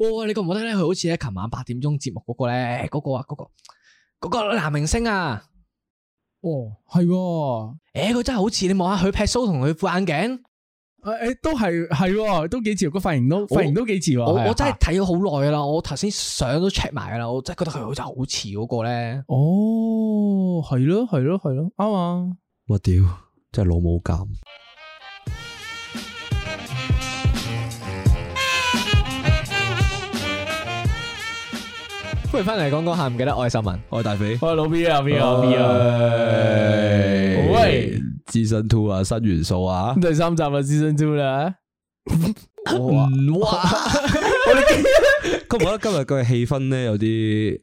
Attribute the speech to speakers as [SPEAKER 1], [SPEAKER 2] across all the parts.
[SPEAKER 1] 哇！啊你覺唔覺得咧？佢好似咧，琴晚八點鐘節目嗰個咧，嗰、個啊，嗰、個嗰、個男明星啊，
[SPEAKER 2] 哦，系喎，
[SPEAKER 1] 诶、佢真係好似你望下佢劈須同佢副眼鏡，
[SPEAKER 2] 诶诶，都系系，都幾似個髮型都髮型都幾似喎。
[SPEAKER 1] 我
[SPEAKER 2] 係啊
[SPEAKER 1] 我真係睇咗好耐㗎啦，我頭先相都 check 埋㗎啦，我真係覺得佢好似好似嗰個咧。
[SPEAKER 2] 哦，係咯係咯係咯，啱啊。
[SPEAKER 3] 我屌，真係老母監。
[SPEAKER 1] 歡迎翻嚟講講下，唔記得我係秀文，
[SPEAKER 3] 我係大肥，
[SPEAKER 2] 喂，老 B 啊 B
[SPEAKER 3] 唉
[SPEAKER 2] 喂，
[SPEAKER 3] 自身 two
[SPEAKER 2] à,
[SPEAKER 3] 啊，新元素啊，
[SPEAKER 2] 第三集啦，season two 啦，
[SPEAKER 3] 嗯哇，我哋覺唔覺得今日嘅氣氛咧有 啲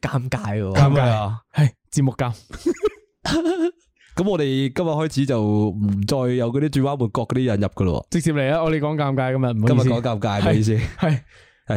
[SPEAKER 1] 尷尬喎。
[SPEAKER 2] 尷尬
[SPEAKER 3] 啊？
[SPEAKER 2] 係節目監，
[SPEAKER 3] 咁我哋今日開始就唔再有嗰啲轉彎抹角嗰啲引入噶咯
[SPEAKER 2] 直接嚟啊！我哋講尷尬今日，唔好
[SPEAKER 3] 喎，今
[SPEAKER 2] 意
[SPEAKER 3] 日
[SPEAKER 2] 思，
[SPEAKER 3] 講尷尬嘅意思。
[SPEAKER 2] 係
[SPEAKER 3] 係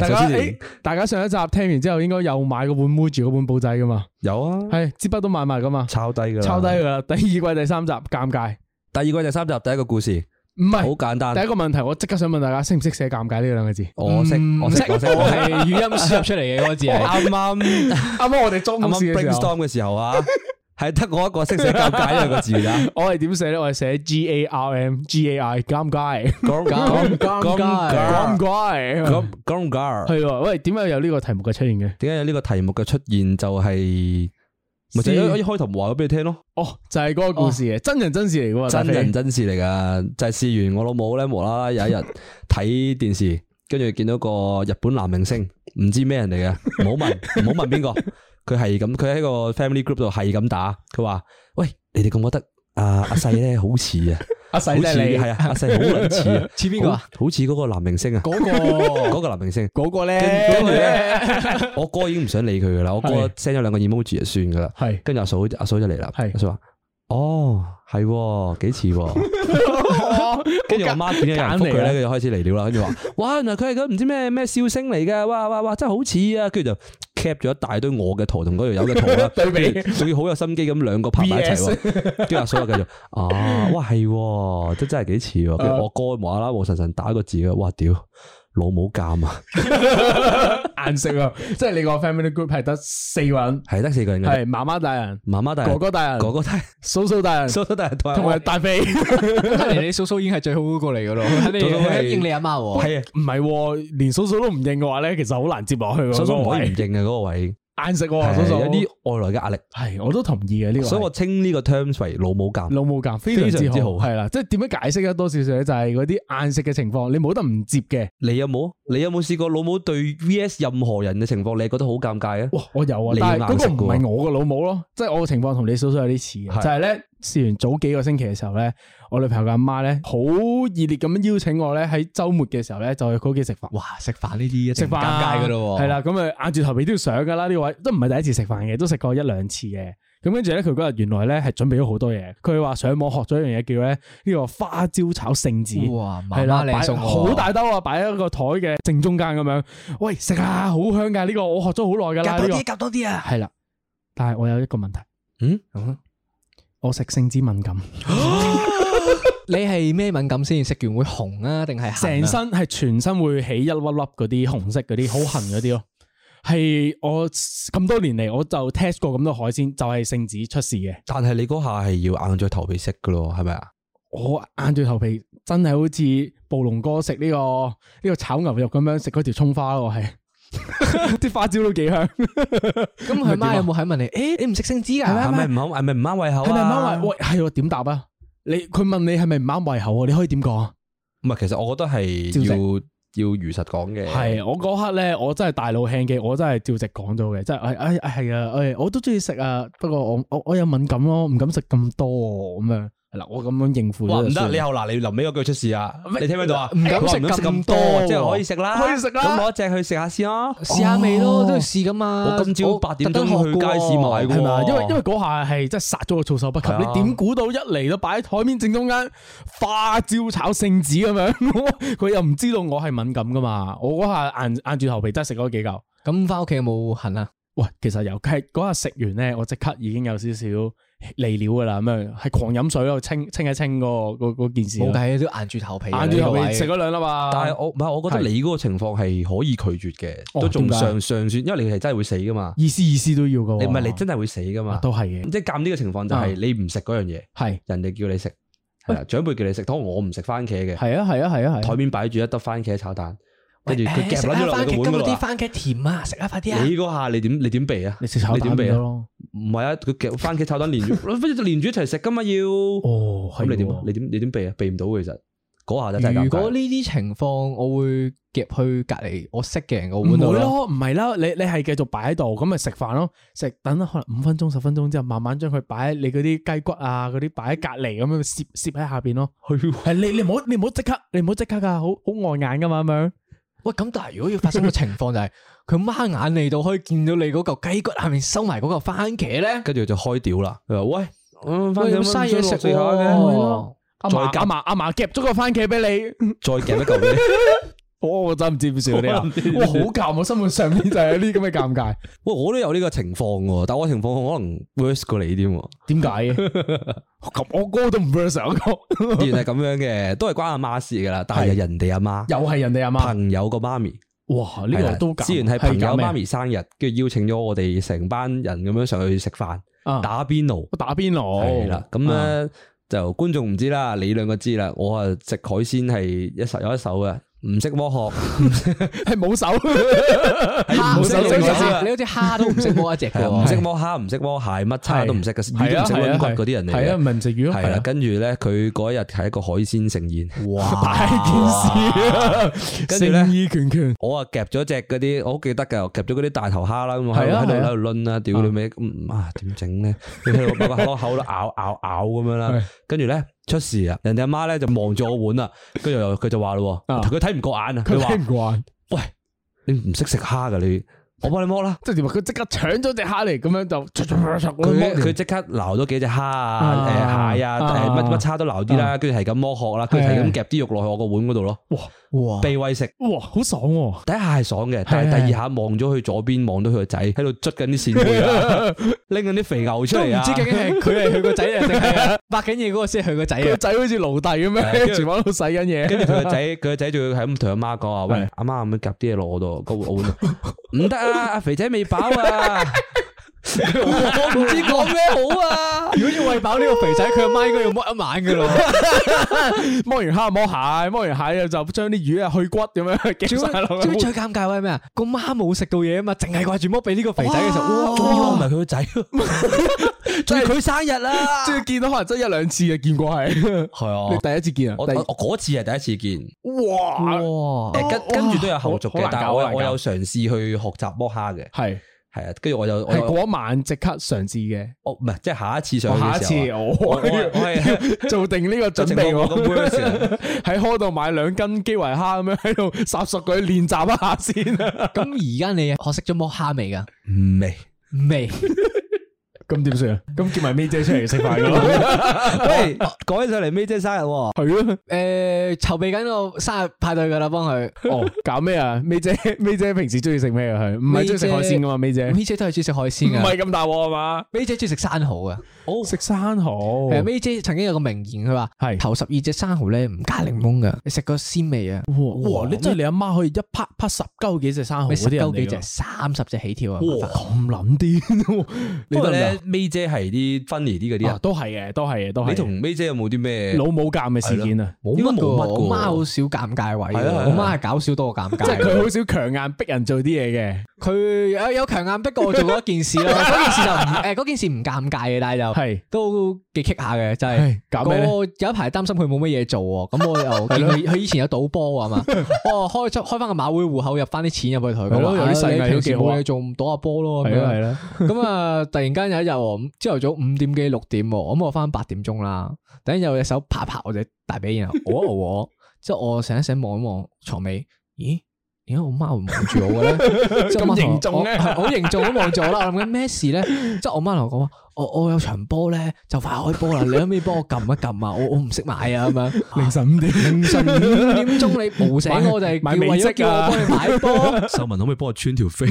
[SPEAKER 2] 大
[SPEAKER 3] 首
[SPEAKER 2] 家
[SPEAKER 3] 先
[SPEAKER 2] 誒
[SPEAKER 3] 嚟，
[SPEAKER 2] 大家上一集聽完之後，應該有買嗰本 Muji 嗰本簿仔噶嘛？
[SPEAKER 3] 有啊，
[SPEAKER 2] 係啊支筆都買埋噶嘛？
[SPEAKER 3] 抄低噶，
[SPEAKER 2] 抄低噶啦，第二季第三集尷尬，
[SPEAKER 3] 第二季第三集第一個故事，
[SPEAKER 2] 唔
[SPEAKER 3] 好
[SPEAKER 2] 係
[SPEAKER 3] 簡單
[SPEAKER 2] 第。一個問題，我即刻想問大家識唔識寫尷尬呢兩個字？
[SPEAKER 3] 我識，我識，我 識。
[SPEAKER 1] 我係語音輸入出嚟嘅嗰個字係。
[SPEAKER 3] 啱啱
[SPEAKER 2] 啱啱我哋中
[SPEAKER 3] 啱
[SPEAKER 2] 午
[SPEAKER 3] 啱
[SPEAKER 2] 試嘅時候
[SPEAKER 3] brainstorm 嘅時候啊，係得我一個識寫尷尬呢兩個字㗎。
[SPEAKER 2] 我係點寫咧？我係寫 G A R M G A I 尷尬，
[SPEAKER 3] 尷
[SPEAKER 1] 尷
[SPEAKER 2] 尷
[SPEAKER 1] 尬
[SPEAKER 2] 尬。
[SPEAKER 3] 咁尷尬。
[SPEAKER 2] 係喎，喂，點解有呢個題目嘅出現嘅？
[SPEAKER 3] 點解有呢個題目嘅出現就係咪就係一一開頭話咗俾你聽咯？
[SPEAKER 2] 哦，就係嗰個故事嘅，真人真事嚟嘅喎，
[SPEAKER 3] 真
[SPEAKER 2] 大
[SPEAKER 3] 人
[SPEAKER 2] 肥
[SPEAKER 3] 真事嚟噶，就係試完我老母咧，無啦啦有一日睇電視，跟住見到個日本男明星，唔知咩人嚟嘅，唔好問， 唔好問邊個，佢係咁，佢喺個 family group 度係咁打，佢話：喂，你哋覺唔覺得啊阿細咧好似 啊，
[SPEAKER 2] 阿
[SPEAKER 3] 好
[SPEAKER 2] 細
[SPEAKER 3] 似
[SPEAKER 2] 真係你
[SPEAKER 3] 係啊，阿細好撚 似啊，
[SPEAKER 1] 似邊個啊？
[SPEAKER 3] 好似嗰個男明星啊，
[SPEAKER 1] 嗰個
[SPEAKER 3] 嗰個男明星。
[SPEAKER 1] 嗰個
[SPEAKER 3] 跟住
[SPEAKER 1] 咧，
[SPEAKER 3] 咧， 我哥已經唔想理佢噶啦，我哥
[SPEAKER 2] 係
[SPEAKER 3] send 咗兩個 emoji 就算噶啦。
[SPEAKER 2] 係
[SPEAKER 3] 跟住阿嫂阿嫂就嚟啦，
[SPEAKER 2] 係
[SPEAKER 3] 阿嫂話：哦，係喎，幾 似喎。跟住我媽見到有人覆佢咧，佢就開始嚟了啦。跟 住話：哇，原來佢係咁唔知咩咩笑聲嚟嘅，哇哇哇，真係好似啊！跟住就 cap 咗一大堆我嘅圖同嗰條友嘅圖啦，
[SPEAKER 2] 對比
[SPEAKER 3] 跟住仲要好有心機咁兩個拍埋一齊喎。跟住阿嫂又繼續：啊，哇係喎，真真係幾似喎。跟住
[SPEAKER 2] 啊
[SPEAKER 3] 我哥無啦啦無神神打一個字嘅，哇屌！老母監啊，
[SPEAKER 2] 顏色啊， 即係你個 family group 係得四個人，
[SPEAKER 3] 係得四個人嘅啫，
[SPEAKER 2] 係媽媽大人、
[SPEAKER 3] 媽媽大人
[SPEAKER 2] 哥哥大人、
[SPEAKER 3] 哥哥大人，
[SPEAKER 2] 嫂嫂大人，
[SPEAKER 3] 嫂嫂大人同埋
[SPEAKER 2] 同
[SPEAKER 3] 我
[SPEAKER 2] 埋大肥。
[SPEAKER 1] 睇嚟你嫂嫂已經係最啊好嗰個嚟㗎咯。你
[SPEAKER 3] 嫂嫂係
[SPEAKER 1] 應你阿媽喎。
[SPEAKER 3] 係啊，
[SPEAKER 2] 唔係喎，連嫂嫂都唔認嘅話咧，其實好難接落去喎。
[SPEAKER 3] 嫂嫂
[SPEAKER 2] 嗰
[SPEAKER 3] 唔
[SPEAKER 2] 個
[SPEAKER 3] 可以
[SPEAKER 2] 位
[SPEAKER 3] 唔認嘅嗰個位，
[SPEAKER 2] 顏色
[SPEAKER 3] 係
[SPEAKER 2] 喎，嫂嫂
[SPEAKER 3] 有啲外來嘅壓力，
[SPEAKER 2] 係我都同意嘅呢個係。
[SPEAKER 3] 所以我稱呢個 terms 為老母監。
[SPEAKER 2] 老母教非常之
[SPEAKER 3] 非常之
[SPEAKER 2] 好，
[SPEAKER 3] 好
[SPEAKER 2] 係啦，即係點樣解釋得多少少咧？就係嗰啲硬食嘅情況，你冇得唔接嘅。
[SPEAKER 3] 你有冇？你有冇試過老母對 VS 任何人嘅情況，你係覺得好尷尬啊？
[SPEAKER 2] 哇，我有啊，
[SPEAKER 3] 你
[SPEAKER 2] 但係嗰
[SPEAKER 3] 硬食
[SPEAKER 2] 個
[SPEAKER 3] 嘅
[SPEAKER 2] 唔
[SPEAKER 3] 喎
[SPEAKER 2] 係我個老母咯，即係我嘅情況同你嫂嫂有啲似嘅，
[SPEAKER 3] 係
[SPEAKER 2] 就係咧試完早幾個星期嘅時候咧，我女朋友嘅阿媽咧好熱烈咁樣邀請我咧喺週末嘅時候咧就去佢屋企食飯。
[SPEAKER 1] 哇！食飯呢啲一
[SPEAKER 2] 食
[SPEAKER 1] 定尷
[SPEAKER 2] 飯
[SPEAKER 1] 尬㗎咯喎。
[SPEAKER 2] 係啦，咁啊硬住頭皮都要上㗎啦呢個位，都唔係第一次食飯嘅，都食過一兩次嘅。咁跟住咧，佢嗰日原來咧係準備咗好多嘢，佢話上網學咗一樣嘢叫咧呢個花椒炒聖子。
[SPEAKER 1] 哇！
[SPEAKER 2] 系
[SPEAKER 1] 媽
[SPEAKER 2] 啦，
[SPEAKER 1] 媽
[SPEAKER 2] 擺
[SPEAKER 1] 靚送
[SPEAKER 2] 好大兜啊，擺喺個台嘅正中間咁樣。喂，食啦，好香㗎呢個，我學咗好耐㗎啦呢個。
[SPEAKER 1] 夾多啲啊！
[SPEAKER 2] 係啦，但係我有一個問題，
[SPEAKER 3] 嗯，
[SPEAKER 2] 我食聖子敏感，
[SPEAKER 1] 你係咩敏感先？食完會紅啊，定係痕
[SPEAKER 2] 成
[SPEAKER 1] 啊
[SPEAKER 2] 身係全身會起一粒粒嗰啲紅色嗰啲好痕嗰啲咯。係我咁多年嚟，我就 test 過咁多海鮮，就係聖子出事嘅。
[SPEAKER 3] 但係你嗰下係要硬着頭皮食噶咯，係咪啊？
[SPEAKER 2] 我硬住頭皮，真係好似暴龍哥食呢、個呢、個炒牛肉咁樣食嗰條葱花咯，我係 啲花椒都幾香。
[SPEAKER 1] 咁佢媽有冇喺問你？誒，你唔食啊聖子㗎？
[SPEAKER 3] 啊係咪唔好？係咪唔啱胃口啊？
[SPEAKER 2] 係咪唔啱胃？喂，係喎，點答啊？你佢問你係咪唔啱胃口啊？你可以點講啊？
[SPEAKER 3] 唔係，其實我覺得
[SPEAKER 2] 照
[SPEAKER 3] 係
[SPEAKER 2] 食
[SPEAKER 3] 要要如實講嘅。
[SPEAKER 2] 系我嗰刻咧，我真係大腦輕機，我真係照直講咗嘅，即係诶诶係啊，诶、我都中意食啊，不過我我我有敏感咯，唔敢食咁多咁樣。係啦，我咁樣應付
[SPEAKER 3] 哇，
[SPEAKER 2] 咗
[SPEAKER 3] 唔
[SPEAKER 2] 就
[SPEAKER 3] 得！
[SPEAKER 2] 算
[SPEAKER 3] 你後嗱，你臨尾嗰句出事啊！你聽唔聽到啊？
[SPEAKER 2] 唔敢
[SPEAKER 3] 哇
[SPEAKER 2] 食
[SPEAKER 3] 食
[SPEAKER 2] 咁
[SPEAKER 3] 咁
[SPEAKER 2] 多
[SPEAKER 3] 即係可以食啦，
[SPEAKER 2] 可以食啦
[SPEAKER 3] 咁攞一隻去食下先啊！
[SPEAKER 1] 試下味咯，
[SPEAKER 2] 哦
[SPEAKER 1] 都要試噶嘛。
[SPEAKER 3] 我今朝
[SPEAKER 1] 我
[SPEAKER 3] 8點鐘
[SPEAKER 1] 特登學
[SPEAKER 3] 去街市買
[SPEAKER 1] 過
[SPEAKER 3] 㗎
[SPEAKER 2] 係嘛？
[SPEAKER 3] 喎
[SPEAKER 2] 因為因為嗰下係真係殺咗我措手不及，
[SPEAKER 3] 係啊
[SPEAKER 2] 你點估到一嚟到擺喺台面正中間花椒炒聖子咁樣， 佢又唔知道我係敏感噶嘛？我嗰下硬硬住頭皮真係食咗幾嚿。
[SPEAKER 1] 咁翻屋企有冇痕啊？
[SPEAKER 2] 喂，其實由計嗰下食完咧，我即刻已經有少少利料噶啦，咁樣係狂飲水咯，清清一清嗰嗰嗰件事啊
[SPEAKER 3] 啊
[SPEAKER 2] 咯。
[SPEAKER 1] 冇計，都硬住頭皮㗎。啊
[SPEAKER 2] 硬住頭
[SPEAKER 1] 呢個
[SPEAKER 2] 皮
[SPEAKER 1] 位
[SPEAKER 2] 食咗兩粒啊！
[SPEAKER 3] 但係我唔係，我覺得
[SPEAKER 2] 係
[SPEAKER 3] 你嗰個情況係可以拒絕嘅，
[SPEAKER 2] 哦
[SPEAKER 3] 都仲
[SPEAKER 2] 點解
[SPEAKER 3] 尚尚算，因為你係真係會死噶嘛。
[SPEAKER 2] 意思意思都要噶喎。
[SPEAKER 3] 你唔係你真係會死噶
[SPEAKER 2] 啊
[SPEAKER 3] 嘛？
[SPEAKER 2] 都係嘅，
[SPEAKER 3] 即係鑑呢個情況就
[SPEAKER 2] 啊
[SPEAKER 3] 係你唔食嗰樣嘢，
[SPEAKER 2] 係
[SPEAKER 3] 人哋叫你食，係啦，長輩叫你食，當然我唔食番茄嘅，
[SPEAKER 2] 係啊係啊係啊係
[SPEAKER 3] 台
[SPEAKER 2] 啊。
[SPEAKER 3] 面擺住一粒番茄炒蛋，跟住
[SPEAKER 1] 喂
[SPEAKER 3] 佢
[SPEAKER 1] 誒
[SPEAKER 3] 夾
[SPEAKER 1] 食
[SPEAKER 3] 撚咗
[SPEAKER 1] 下
[SPEAKER 3] 落
[SPEAKER 1] 番
[SPEAKER 3] 你
[SPEAKER 1] 茄
[SPEAKER 3] 個碗
[SPEAKER 1] 今日
[SPEAKER 3] 嗰度
[SPEAKER 1] 啲
[SPEAKER 3] 啊。
[SPEAKER 1] 番茄甜啊，食啊快啲啊！
[SPEAKER 3] 你嗰下你點你點避啊？
[SPEAKER 2] 你食炒
[SPEAKER 3] 你
[SPEAKER 2] 蛋
[SPEAKER 3] 點
[SPEAKER 2] 咁
[SPEAKER 3] 避啊？
[SPEAKER 2] 咯。
[SPEAKER 3] 唔係啊，佢夾番茄炒蛋連 住，跟住連住一齊食噶嘛要。
[SPEAKER 2] 哦，
[SPEAKER 3] 咁你點啊
[SPEAKER 2] 係？喎
[SPEAKER 3] 你點你點避啊？避唔到嘅其實嗰下就真係尷
[SPEAKER 1] 如
[SPEAKER 3] 尬
[SPEAKER 1] 果呢啲情況，我會夾去隔離我識嘅人個碗
[SPEAKER 2] 唔
[SPEAKER 1] 度
[SPEAKER 2] 會
[SPEAKER 1] 咯。
[SPEAKER 2] 咯，唔係啦，你你係繼續擺喺度，咁咪食飯咯，食等可能五分鐘、十分鐘之後，慢慢將佢擺喺你嗰啲雞骨啊，嗰啲擺喺隔離咁樣攝攝喺下邊咯。係你你唔好你唔好即刻，你唔好即刻噶，好好礙眼噶嘛咁樣。
[SPEAKER 1] 喂，咁但係如果要發生個情況就係佢孖眼嚟到可以見到你嗰嚿雞骨下面收埋嗰嚿番茄咧，
[SPEAKER 3] 跟住就開屌啦。佢話喂，
[SPEAKER 2] 哦
[SPEAKER 3] 嗯番
[SPEAKER 1] 喂
[SPEAKER 3] 茄
[SPEAKER 1] 咁嘥嘢食
[SPEAKER 3] 下嘅
[SPEAKER 1] 喎，。
[SPEAKER 2] 阿
[SPEAKER 3] 再
[SPEAKER 2] 嫲
[SPEAKER 3] 夾
[SPEAKER 2] 阿嫲阿嫲夾咗個番茄俾你，
[SPEAKER 3] 再夾一嚿俾你。
[SPEAKER 2] 我我真係唔知點算你啊！
[SPEAKER 3] 我唔知點
[SPEAKER 2] 哇，好尷，我生活上面就係有啲咁嘅尷尬。
[SPEAKER 3] 喂，我都有呢個情況喎，但我情況可能 worse 過你 添喎。
[SPEAKER 2] 點解嘅？咁我哥都唔 verse 我哥，
[SPEAKER 3] 原來係咁樣嘅，都係關阿媽事噶啦，但係
[SPEAKER 2] 係
[SPEAKER 3] 人哋阿 媽，
[SPEAKER 2] 又係人哋阿媽。
[SPEAKER 3] 朋友個媽咪。
[SPEAKER 2] 哇！呢
[SPEAKER 3] 係啦
[SPEAKER 2] 個都尷，
[SPEAKER 3] 之前係朋友
[SPEAKER 2] 尷咩
[SPEAKER 3] 媽咪生日，跟住邀請咗我哋成班人咁樣上去食飯，
[SPEAKER 2] 啊
[SPEAKER 3] 打邊爐。
[SPEAKER 2] 打邊
[SPEAKER 3] 係
[SPEAKER 2] 爐
[SPEAKER 3] 啦，咁
[SPEAKER 2] 啊
[SPEAKER 3] 咧就觀眾唔知啦，你兩個知啦，我啊食海鮮係一手有一手嘅，唔 識剝殼，
[SPEAKER 2] 係冇 手，
[SPEAKER 1] 蝦
[SPEAKER 2] 冇
[SPEAKER 1] 唔
[SPEAKER 3] 識
[SPEAKER 1] 識
[SPEAKER 2] 手
[SPEAKER 1] 你
[SPEAKER 3] 食
[SPEAKER 2] 整
[SPEAKER 1] 好
[SPEAKER 3] 嗰啲
[SPEAKER 1] 似
[SPEAKER 3] 啊
[SPEAKER 1] 蝦你好似蝦都唔識摸一隻嘅
[SPEAKER 3] 係啊
[SPEAKER 1] 喎，
[SPEAKER 3] 唔識剝蝦，唔識剝蟹，乜叉啊都唔識嘅，魚都唔識揾骨嗰啲人嚟
[SPEAKER 2] 啊係啊，唔
[SPEAKER 3] 嘅。
[SPEAKER 2] 係唔食魚咯，
[SPEAKER 3] 係啦，跟住咧，佢嗰日係一個海鮮盛宴，
[SPEAKER 2] 哇，大件啊事啊，
[SPEAKER 3] 跟住呢
[SPEAKER 2] 誠意拳拳，
[SPEAKER 3] 我啊夾咗隻嗰啲，我好記得㗎，我夾咗嗰啲大頭蝦啦，咁我喺度
[SPEAKER 2] 係啊
[SPEAKER 3] 喺度
[SPEAKER 2] 係啊
[SPEAKER 3] 喺度攆啦，屌你尾，咁啊點整咧？你喺度把把口度 咬咬咬咁樣啦
[SPEAKER 2] 係，
[SPEAKER 3] 跟住咧出事啊！人哋阿媽咧就望住我碗啦，跟住又佢就話咯喎，
[SPEAKER 2] 啊
[SPEAKER 3] 佢睇唔過眼啊，
[SPEAKER 2] 佢
[SPEAKER 3] 佢話
[SPEAKER 2] 聽。唔慣，
[SPEAKER 3] 喂，你唔識食蝦噶你，我幫你剝啦。
[SPEAKER 2] 即係點啊？佢即刻搶咗隻蝦嚟，咁樣就
[SPEAKER 3] 佢佢
[SPEAKER 2] 佢
[SPEAKER 3] 即刻撈咗幾隻蝦啊，
[SPEAKER 2] 啊
[SPEAKER 3] 誒蟹啊，
[SPEAKER 2] 啊
[SPEAKER 3] 誒乜乜叉都撈啲啦，跟住係咁剝殼啦，跟住係咁夾啲肉落去我個碗嗰度咯，
[SPEAKER 1] 哇！
[SPEAKER 3] 被餵食。
[SPEAKER 2] 哇，好爽喎！
[SPEAKER 3] 第一下係爽嘅，但係
[SPEAKER 2] 係係
[SPEAKER 3] 第二下望咗佢左邊，望到佢個仔喺度捽緊啲扇 貝啊，拎緊啲肥牛出
[SPEAKER 1] 都唔
[SPEAKER 3] 嚟啊
[SPEAKER 1] 知。究竟係佢係佢個仔啊，定 係白景嘢嗰個先係佢個仔啊
[SPEAKER 2] 個？仔好似奴隸咁
[SPEAKER 3] 係
[SPEAKER 2] 樣，
[SPEAKER 3] 跟住
[SPEAKER 2] 廚房度洗緊
[SPEAKER 3] 跟
[SPEAKER 2] 嘢，
[SPEAKER 3] 住佢個仔，佢個仔仲要係咁同阿媽講話，喂
[SPEAKER 2] 係，
[SPEAKER 3] 阿媽可唔可以夾啲嘢落我度個碗 度？唔得啊，阿肥仔未飽啊！ 我唔知講 咩好啊！
[SPEAKER 1] 如果要喂飽呢個肥仔，佢阿媽應該要剝一晚嘅 咯。
[SPEAKER 2] 摸完蝦摸蟹，摸完蟹就將啲魚啊去骨咁樣
[SPEAKER 1] 最
[SPEAKER 2] 夾晒落
[SPEAKER 1] 最
[SPEAKER 2] 去。
[SPEAKER 1] 最尷尬係咩啊？個媽冇食到嘢啊嘛，淨係掛住剝俾呢個肥仔嘅時
[SPEAKER 2] 啊
[SPEAKER 1] 候，
[SPEAKER 3] 仲要唔
[SPEAKER 1] 哇！
[SPEAKER 3] 係佢個 仔，仲要佢生日啦。
[SPEAKER 2] 即係見到可能真一兩次嘅，見過係，
[SPEAKER 3] 係啊，
[SPEAKER 2] 你第一次見啊
[SPEAKER 3] 我我？
[SPEAKER 2] 第
[SPEAKER 3] 我嗰次係第一次見，
[SPEAKER 2] 哇，
[SPEAKER 1] 哇！
[SPEAKER 3] 誒跟跟住都有後續
[SPEAKER 2] 好好
[SPEAKER 3] 嘅
[SPEAKER 2] 難，搞
[SPEAKER 3] 但係
[SPEAKER 2] 好
[SPEAKER 3] 我
[SPEAKER 2] 難搞
[SPEAKER 3] 我有嘗試去學習剝蝦嘅，
[SPEAKER 2] 係。
[SPEAKER 3] 係啊，跟住我又我
[SPEAKER 2] 係
[SPEAKER 3] 又
[SPEAKER 2] 嗰晚即刻嘗試嘅，
[SPEAKER 3] 我唔係即係下一次上
[SPEAKER 2] 我
[SPEAKER 3] 去
[SPEAKER 2] 下一
[SPEAKER 3] 嘅
[SPEAKER 2] 次
[SPEAKER 3] 時候啊，
[SPEAKER 2] 我
[SPEAKER 3] 我 我 係
[SPEAKER 2] 做定呢個準備
[SPEAKER 3] 就整個
[SPEAKER 2] 喎
[SPEAKER 3] Walker Burger
[SPEAKER 2] 喺開度買兩斤基圍蝦咁樣喺度烚熟佢練習一下先 啊！
[SPEAKER 1] 咁而家你學識咗剝蝦未㗎？
[SPEAKER 3] 嗯未。
[SPEAKER 1] 未。
[SPEAKER 2] 咁點算啊？咁叫埋 May 姐出嚟食飯咯，
[SPEAKER 3] 喂，講起上嚟，May 姐生日喎，
[SPEAKER 2] 係啊！
[SPEAKER 1] 誒，籌備緊個生日派對㗎啦，幫佢。
[SPEAKER 2] 哦，搞咩啊？May 姐，May 姐平時中意食咩啊？佢唔係中意食海鮮噶嘛？May 姐
[SPEAKER 1] May 姐都係中意食海鮮
[SPEAKER 2] 唔
[SPEAKER 1] 㗎
[SPEAKER 2] 係咁大鑊啊嘛？
[SPEAKER 1] ，May 姐中意食生蠔㗎。
[SPEAKER 2] 食生蠔
[SPEAKER 1] 係啊，May 姐曾經有個名言，佢話
[SPEAKER 2] 哦係
[SPEAKER 1] 頭十二隻生蠔咧唔加檸檬㗎，你食個鮮味
[SPEAKER 2] 哦
[SPEAKER 1] 啊，
[SPEAKER 2] 哇！哇！你真係你阿媽可以一拍拍十鳩幾隻生蠔
[SPEAKER 1] 你
[SPEAKER 2] 嗰
[SPEAKER 1] 食
[SPEAKER 2] 啲人
[SPEAKER 1] 鳩
[SPEAKER 2] 嚟
[SPEAKER 1] 幾
[SPEAKER 2] 㗎
[SPEAKER 1] 隻，三十隻起跳啊！麻
[SPEAKER 2] 哇！
[SPEAKER 1] 煩
[SPEAKER 2] 咁撚癲喎，你
[SPEAKER 3] 不
[SPEAKER 2] 得
[SPEAKER 3] 過
[SPEAKER 2] 唔得
[SPEAKER 3] 咧，May 姐係啲 funny 啲嗰啲
[SPEAKER 2] 啊
[SPEAKER 3] 人，
[SPEAKER 2] 都係嘅，都係嘅，都係嘅。
[SPEAKER 3] 你同 May 姐有冇啲咩？
[SPEAKER 2] 老母鑑嘅事件啊，
[SPEAKER 1] 冇
[SPEAKER 3] 應該
[SPEAKER 1] 乜
[SPEAKER 3] 冇
[SPEAKER 1] 噶，
[SPEAKER 3] 乜
[SPEAKER 1] 我媽
[SPEAKER 3] 㗎
[SPEAKER 1] 好少尷尬位㗎，
[SPEAKER 3] 係啊係啊
[SPEAKER 1] 我媽係搞笑多過尷尬。
[SPEAKER 2] 即係佢好少強硬逼人做啲嘢嘅，
[SPEAKER 1] 佢 有有強硬逼過我做嗰一件事咯，嗰件事就唔誒嗰件事唔尷尬嘅，但係就
[SPEAKER 2] 係
[SPEAKER 1] 都幾棘下嘅，就啊係
[SPEAKER 2] 係搞咩咧
[SPEAKER 1] 我有一排擔心佢冇乜嘢做喎，咁我 又見佢佢以前有賭波啊嘛，我話開出開翻個馬會戶口入翻啲錢入去同佢
[SPEAKER 2] 係
[SPEAKER 1] 講
[SPEAKER 2] 咯
[SPEAKER 1] 話，
[SPEAKER 2] 有啲
[SPEAKER 1] 啊
[SPEAKER 2] 細藝
[SPEAKER 1] 你
[SPEAKER 2] 都
[SPEAKER 1] 平
[SPEAKER 2] 幾
[SPEAKER 1] 時
[SPEAKER 2] 好啊
[SPEAKER 1] 冇嘢做唔賭下波咯咁
[SPEAKER 2] 係啦係
[SPEAKER 1] 樣。
[SPEAKER 2] 啦，
[SPEAKER 1] 咁啊，突然間有一日喎，朝頭早五點幾六點喎，咁我翻八點鐘啦，突然有隻手拍拍我隻大髀， 然後我一我，之後我醒一醒望一望床尾，咦？點解我媽會望住 我嘅咧？之後我媽同我
[SPEAKER 2] 咁凝重咧
[SPEAKER 1] 我係好凝重咁望住我啦。我諗緊咩事 咧？之後我媽同我講話：我我有場波咧，就快開波啦，你可唔可以幫我撳一撳啊？我我唔識買啊咁樣。
[SPEAKER 2] 凌晨五點，凌
[SPEAKER 1] 十五點鐘你無醒我就係叫
[SPEAKER 2] 買美
[SPEAKER 1] 為咗
[SPEAKER 2] 職
[SPEAKER 1] 叫我
[SPEAKER 2] 啊
[SPEAKER 1] 幫你買波。
[SPEAKER 3] 秀文可唔可以幫我穿 條飛？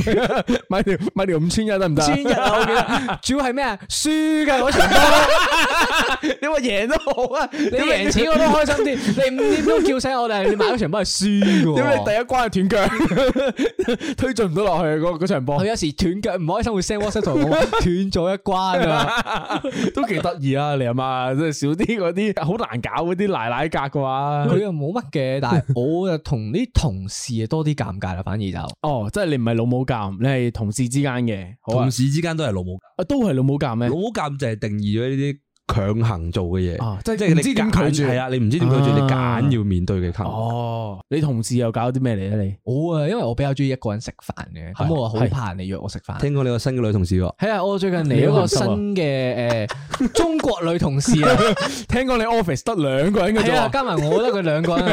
[SPEAKER 2] 買條買條五千一得唔得啊？
[SPEAKER 1] 千日啊，我記 得，主要係咩啊？輸嘅嗰場波， 你話贏都好啊，你贏錢我都開心 啲。你五點鐘叫醒我哋，你買嗰場波係輸嘅
[SPEAKER 2] 屌你第
[SPEAKER 1] 喎。
[SPEAKER 2] 一關係斷腳， 推進唔到落去嗰嗰場波
[SPEAKER 1] 佢，有時斷腳唔開心會 send WhatsApp 同我 話斷咗一關啊！
[SPEAKER 2] 都幾得意啊！你阿媽真係少啲嗰啲好難搞嗰啲奶奶格嘅話，
[SPEAKER 1] 佢又冇乜嘅，但係我就同啲同事啊多啲尷尬啦，反而就
[SPEAKER 2] 哦，即係你唔係老母鑑，你係同事之間嘅，好啊
[SPEAKER 3] 同，事之間都係老母，
[SPEAKER 2] 啊都係老母鑑咩
[SPEAKER 3] 老？母監就係定義咗呢啲強行做嘅嘢，
[SPEAKER 2] 啊，即
[SPEAKER 3] 即
[SPEAKER 2] 係唔
[SPEAKER 3] 係你
[SPEAKER 2] 知點拒
[SPEAKER 3] 揀
[SPEAKER 2] 絕
[SPEAKER 3] 係啊，你唔知點拒絕，你
[SPEAKER 2] 啊
[SPEAKER 3] 揀要面對嘅坑。
[SPEAKER 2] 哦，你同事又搞啲咩嚟啊？你
[SPEAKER 1] 我啊，因為我比較中意一個人食飯嘅，咁
[SPEAKER 3] 係
[SPEAKER 1] 我好
[SPEAKER 2] 係
[SPEAKER 1] 怕人嚟約我食飯。
[SPEAKER 3] 聽講你個新嘅女同事喎，
[SPEAKER 1] 係啊，我最近嚟咗個新嘅誒中國女同事啊。
[SPEAKER 2] 聽講你 office 得兩個人嘅
[SPEAKER 1] 系啊，
[SPEAKER 2] 啫，
[SPEAKER 1] 加埋我覺得佢兩個 人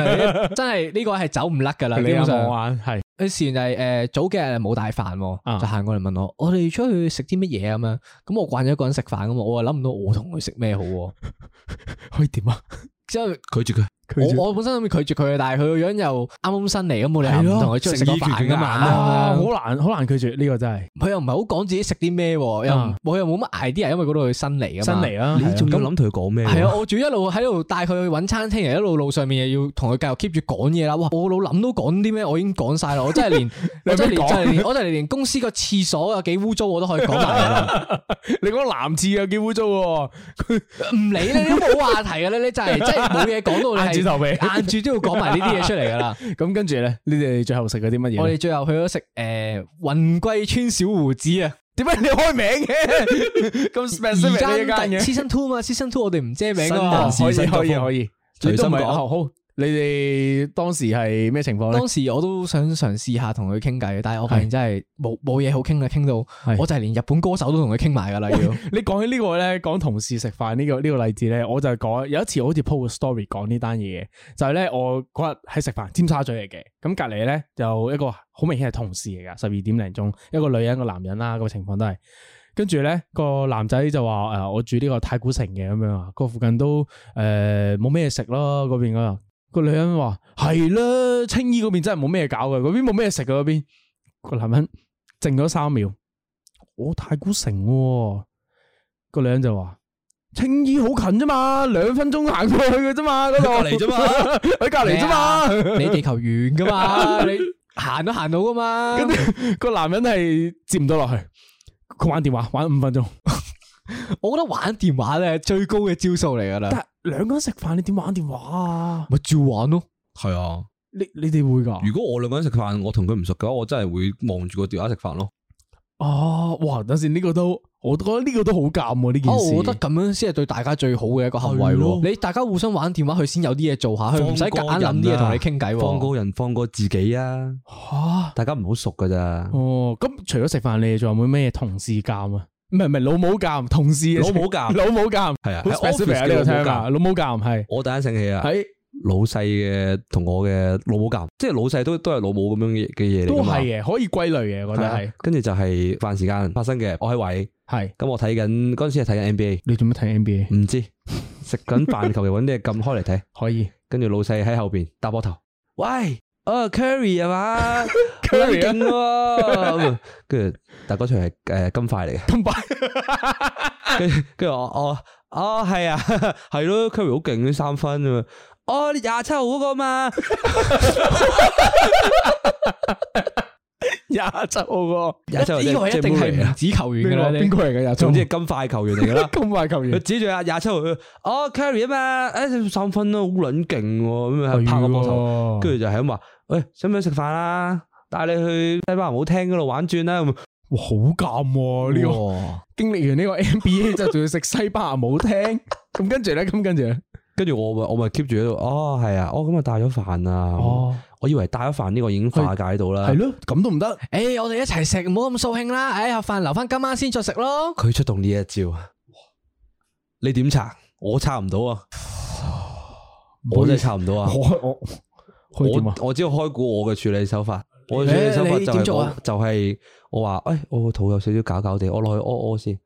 [SPEAKER 1] 係真係呢個係走唔甩噶啦，基
[SPEAKER 2] 你
[SPEAKER 1] 本
[SPEAKER 2] 有冇啊
[SPEAKER 1] 上。
[SPEAKER 2] 玩？係
[SPEAKER 1] 佢事緣就係誒早幾日冇帶飯喎，
[SPEAKER 2] 啊
[SPEAKER 1] 就行過嚟問我，我哋出去食啲乜嘢啊咁樣。咁我慣咗一個人食飯咁嘛，我又諗唔到我同佢食咩好喎。
[SPEAKER 2] 可以點啊？
[SPEAKER 1] 之 後
[SPEAKER 3] 拒絕佢。
[SPEAKER 1] 我我本身諗住拒絕佢嘅，但係佢個樣又啱啱新嚟，咁我哋又
[SPEAKER 2] 係咯
[SPEAKER 1] 唔同佢出去食個飯噶
[SPEAKER 2] 啊，
[SPEAKER 1] 嘛。
[SPEAKER 2] 好難好難拒絕呢個真係
[SPEAKER 1] 佢又唔係好講自己食啲咩喎，又唔
[SPEAKER 2] 啊
[SPEAKER 1] 我又冇乜 idea，因為嗰度佢新嚟
[SPEAKER 2] 新
[SPEAKER 1] 噶嘛。
[SPEAKER 2] 嚟啦，
[SPEAKER 3] 你仲要諗同佢講咩？
[SPEAKER 1] 係啊，我仲要一路喺度帶佢去揾餐廳，而一路路上面又要同佢繼續 keep 住講嘢啦。哇，我個腦諗都講啲咩，我已經講晒啦。我真係連 我真係連
[SPEAKER 2] 講
[SPEAKER 1] 真係連我真係連公司個廁所有幾污糟我都可以講埋㗎 啦。
[SPEAKER 2] 你嗰個男廁有幾污糟喎？
[SPEAKER 1] 唔理你都冇話題㗎啦，你就係真係冇嘢講到你係
[SPEAKER 2] 硬住頭皮
[SPEAKER 1] 硬住都要講埋呢啲嘢出嚟㗎 啦。
[SPEAKER 2] 咁跟住咧，你哋最後食咗啲乜嘢
[SPEAKER 1] 我
[SPEAKER 2] 咧？
[SPEAKER 1] 哋最後去咗食誒雲貴村小胡子啊，
[SPEAKER 2] 點解你開名 嘅？咁
[SPEAKER 1] 而
[SPEAKER 2] specific
[SPEAKER 1] 家
[SPEAKER 2] 呢一間嘢？
[SPEAKER 1] Season Two 嘛，Season Two 我哋唔遮名啊㗎嘛
[SPEAKER 3] 新人士。
[SPEAKER 2] 可以
[SPEAKER 3] 新作
[SPEAKER 2] 可以
[SPEAKER 3] 風
[SPEAKER 2] 可以，
[SPEAKER 3] 隨
[SPEAKER 2] 你都唔
[SPEAKER 3] 心
[SPEAKER 2] 係
[SPEAKER 3] 講
[SPEAKER 2] 好好。你哋當時係咩情況咧
[SPEAKER 1] 當？時我都想嘗試下同佢傾偈，但係我發現真係冇冇嘢好傾啦，傾到
[SPEAKER 2] 係
[SPEAKER 1] 我就係連日本歌手都同佢傾埋噶啦，要
[SPEAKER 2] 你講起呢個咧，講同事食飯呢個呢個例子咧，我就講有一次我好似 po 個 story 講呢單嘢嘅，就係咧我嗰日喺食飯，尖沙咀嚟嘅，咁隔離咧就一個好明顯係同事嚟噶，十二點零鐘，一個女人一個男人啦，個情況都係。跟住咧個男仔就話誒、呃我住呢個太古城嘅咁樣啊，個附近都誒冇咩嘢食咯，嗰邊嗰度。個女人話係啦，青衣嗰邊真係冇咩嘢搞嘅，嗰邊冇咩嘢食嘅嗰邊。個男人靜咗三秒，我太古城喎、個女人就話：青衣好近啫嘛，兩分鐘行過去嘅啫嘛，嗰度
[SPEAKER 3] 喺隔離啫嘛，
[SPEAKER 2] 喺隔離啫嘛。
[SPEAKER 1] 你地球遠 噶嘛，你行都行到噶嘛，
[SPEAKER 2] 跟住個男人係接唔到落去，佢玩電話玩五分鐘。
[SPEAKER 1] 我覺得玩電話咧最高嘅招數嚟噶啦，
[SPEAKER 2] 但係兩個人食飯，你點玩電話啊？
[SPEAKER 1] 咪照玩咯，
[SPEAKER 3] 係啊，
[SPEAKER 2] 你你哋會㗎？
[SPEAKER 3] 如果我兩個人食飯，我同佢唔熟嘅話，我真係會望住個電話食飯咯。
[SPEAKER 2] 哦，哇！等陣先，呢個都我覺得呢個都好尷喎，呢件
[SPEAKER 1] 哦，
[SPEAKER 2] 事。
[SPEAKER 1] 我覺得咁樣先係對大家最好嘅一個行為
[SPEAKER 3] 係咯
[SPEAKER 1] 喎，你大家互相玩電話，佢先有啲嘢做下，佢唔使夾硬諗啲嘢同你傾偈
[SPEAKER 3] 放
[SPEAKER 1] 喎。
[SPEAKER 3] 過人，放過自己啊！
[SPEAKER 2] 嚇
[SPEAKER 3] 大家唔好熟噶咋。
[SPEAKER 2] 哦，咁除咗食飯，你哋仲有冇咩同事尷啊？唔係唔係老母尷，同事
[SPEAKER 3] 老母尷
[SPEAKER 2] 老母尷
[SPEAKER 3] 係啊，
[SPEAKER 2] 好 specific
[SPEAKER 3] 喺 office
[SPEAKER 2] 啊！呢個
[SPEAKER 3] 嘅老
[SPEAKER 2] 聽
[SPEAKER 3] 母
[SPEAKER 2] 啊，
[SPEAKER 3] 尷。
[SPEAKER 2] 老母尷係
[SPEAKER 3] 我突然間醒起啊，
[SPEAKER 2] 喺
[SPEAKER 3] 老細嘅同我嘅老母尷，即係老細都都係老母咁樣嘅嘅嘢嚟
[SPEAKER 2] 都
[SPEAKER 3] 㗎嘛
[SPEAKER 2] 係嘅，可以歸類嘅，我覺得
[SPEAKER 3] 係
[SPEAKER 2] 係
[SPEAKER 3] 啊跟住就係飯時間發生嘅，我喺位，
[SPEAKER 2] 係。
[SPEAKER 3] 咁我睇緊嗰陣時係睇緊 NBA，
[SPEAKER 2] 你做乜睇 NBA？
[SPEAKER 3] 唔知食 緊飯，求其揾啲嘢撳開嚟睇，
[SPEAKER 2] 可以
[SPEAKER 3] 跟住老細喺後邊搭膊頭，喂，哦 Curry 啊嘛
[SPEAKER 2] Curry 啊
[SPEAKER 3] 勁喎，跟住但嗰場係誒金塊嚟嘅，
[SPEAKER 2] 咁快，
[SPEAKER 3] 跟住跟住我我哦係啊， 係咯，Curry 好勁啲三分啊嘛，哦你廿七號嗰個嘛，
[SPEAKER 2] 廿七號個
[SPEAKER 3] 廿七號
[SPEAKER 1] 呢個一定係唔
[SPEAKER 3] 啊，
[SPEAKER 1] 止球員
[SPEAKER 2] 邊
[SPEAKER 1] 噶啦，
[SPEAKER 2] 個
[SPEAKER 1] 你
[SPEAKER 2] 邊個嚟嘅廿七號？
[SPEAKER 3] 總之係金塊球員嚟㗎啦。
[SPEAKER 2] 咁快球
[SPEAKER 3] 佢
[SPEAKER 2] 員
[SPEAKER 3] 指住啊廿七號，佢哦 Carry 啊嘛，誒三分咯，好撚勁喎，咁
[SPEAKER 2] 哎
[SPEAKER 3] 樣拍個膊頭，
[SPEAKER 2] 頭
[SPEAKER 3] 跟住就係咁話，喂，使唔使食飯啊？帶你去西班牙舞廳嗰度玩轉啦，咁
[SPEAKER 2] 哇，好尷喎！呢個
[SPEAKER 1] 哇
[SPEAKER 2] 經歷完呢個 NBA 就仲要食西班牙舞廳，咁跟住咧，咁跟住呢
[SPEAKER 3] 跟住我咪我咪 keep 住喺度，哦係啊，哦咁啊帶咗飯啊，
[SPEAKER 2] 哦
[SPEAKER 3] 我以為帶咗飯呢個已經化解到啦
[SPEAKER 2] 係，咯，咁都唔得。
[SPEAKER 1] 诶，我哋一齊食，唔好咁掃興啦。诶，盒飯留翻今晚先再食咯。
[SPEAKER 3] 佢出動呢一招，啊你點拆？我拆唔到啊，我真係拆唔到啊，
[SPEAKER 2] 我我去點
[SPEAKER 3] 我
[SPEAKER 2] 啊？
[SPEAKER 3] 我只要開估我嘅處理手法，我嘅處理手
[SPEAKER 1] 誒
[SPEAKER 3] 法
[SPEAKER 1] 你
[SPEAKER 3] 就
[SPEAKER 1] 點
[SPEAKER 3] 係
[SPEAKER 1] 做
[SPEAKER 3] 我
[SPEAKER 1] 啊
[SPEAKER 3] 就係我話，诶我個肚有少少搞搞地，我落去屙屙先，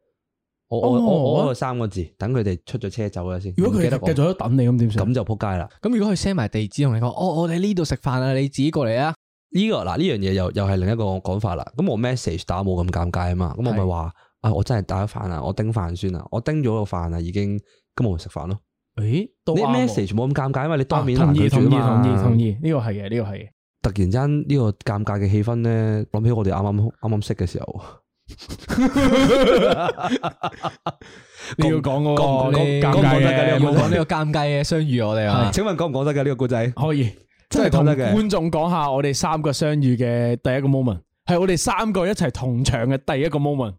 [SPEAKER 3] 我我我我屙咗三個字，等佢哋出咗車走咗先，
[SPEAKER 2] 哦如果
[SPEAKER 3] 唔
[SPEAKER 2] 佢繼
[SPEAKER 3] 記得
[SPEAKER 2] 續
[SPEAKER 3] 講
[SPEAKER 2] 喺度等你，咁點算？
[SPEAKER 3] 咁就扑街啦。
[SPEAKER 1] 咁如果佢 send 埋地址同你講，哦，我哋呢度食飯啊，你自己過嚟啊。
[SPEAKER 3] 呢、個嗱呢樣嘢又又係另一個講法啦。咁我 message 打冇咁尷尬啊嘛，咁我咪
[SPEAKER 1] 係
[SPEAKER 3] 話啊，我真係打咗飯啦，我叮飯先啦，我叮咗個飯啦已經，咁我咪食飯咯。
[SPEAKER 2] 誒，都
[SPEAKER 3] 你
[SPEAKER 2] 啱喎
[SPEAKER 3] message 冇咁尷尬，因為你當面
[SPEAKER 2] 啊
[SPEAKER 3] 難
[SPEAKER 2] 同
[SPEAKER 3] 拒
[SPEAKER 2] 意同
[SPEAKER 3] 絕
[SPEAKER 2] 意
[SPEAKER 3] 啊嘛。
[SPEAKER 2] 同意同意，呢個係嘅，呢個係嘅。
[SPEAKER 3] 突然間呢個尷尬嘅氣氛咧，諗起我哋啱啱啱啱識嘅時候，
[SPEAKER 2] 你要講嗰個
[SPEAKER 3] 講
[SPEAKER 2] 尷尬
[SPEAKER 3] 講講得㗎
[SPEAKER 2] 嘅
[SPEAKER 3] 呢個
[SPEAKER 1] 冇
[SPEAKER 2] 冇
[SPEAKER 1] 哦講
[SPEAKER 2] 講
[SPEAKER 1] 呢個
[SPEAKER 2] 呢
[SPEAKER 1] 尷尬嘅相遇，我哋啊。
[SPEAKER 3] 請問講唔講得嘅呢個故仔？
[SPEAKER 2] 個可以，
[SPEAKER 3] 真
[SPEAKER 2] 真
[SPEAKER 3] 係
[SPEAKER 2] 係
[SPEAKER 3] 講
[SPEAKER 2] 同
[SPEAKER 3] 得嘅
[SPEAKER 2] 觀眾講下我哋三個相遇嘅第一個 moment，係我哋三個一齊同場嘅第一個 moment。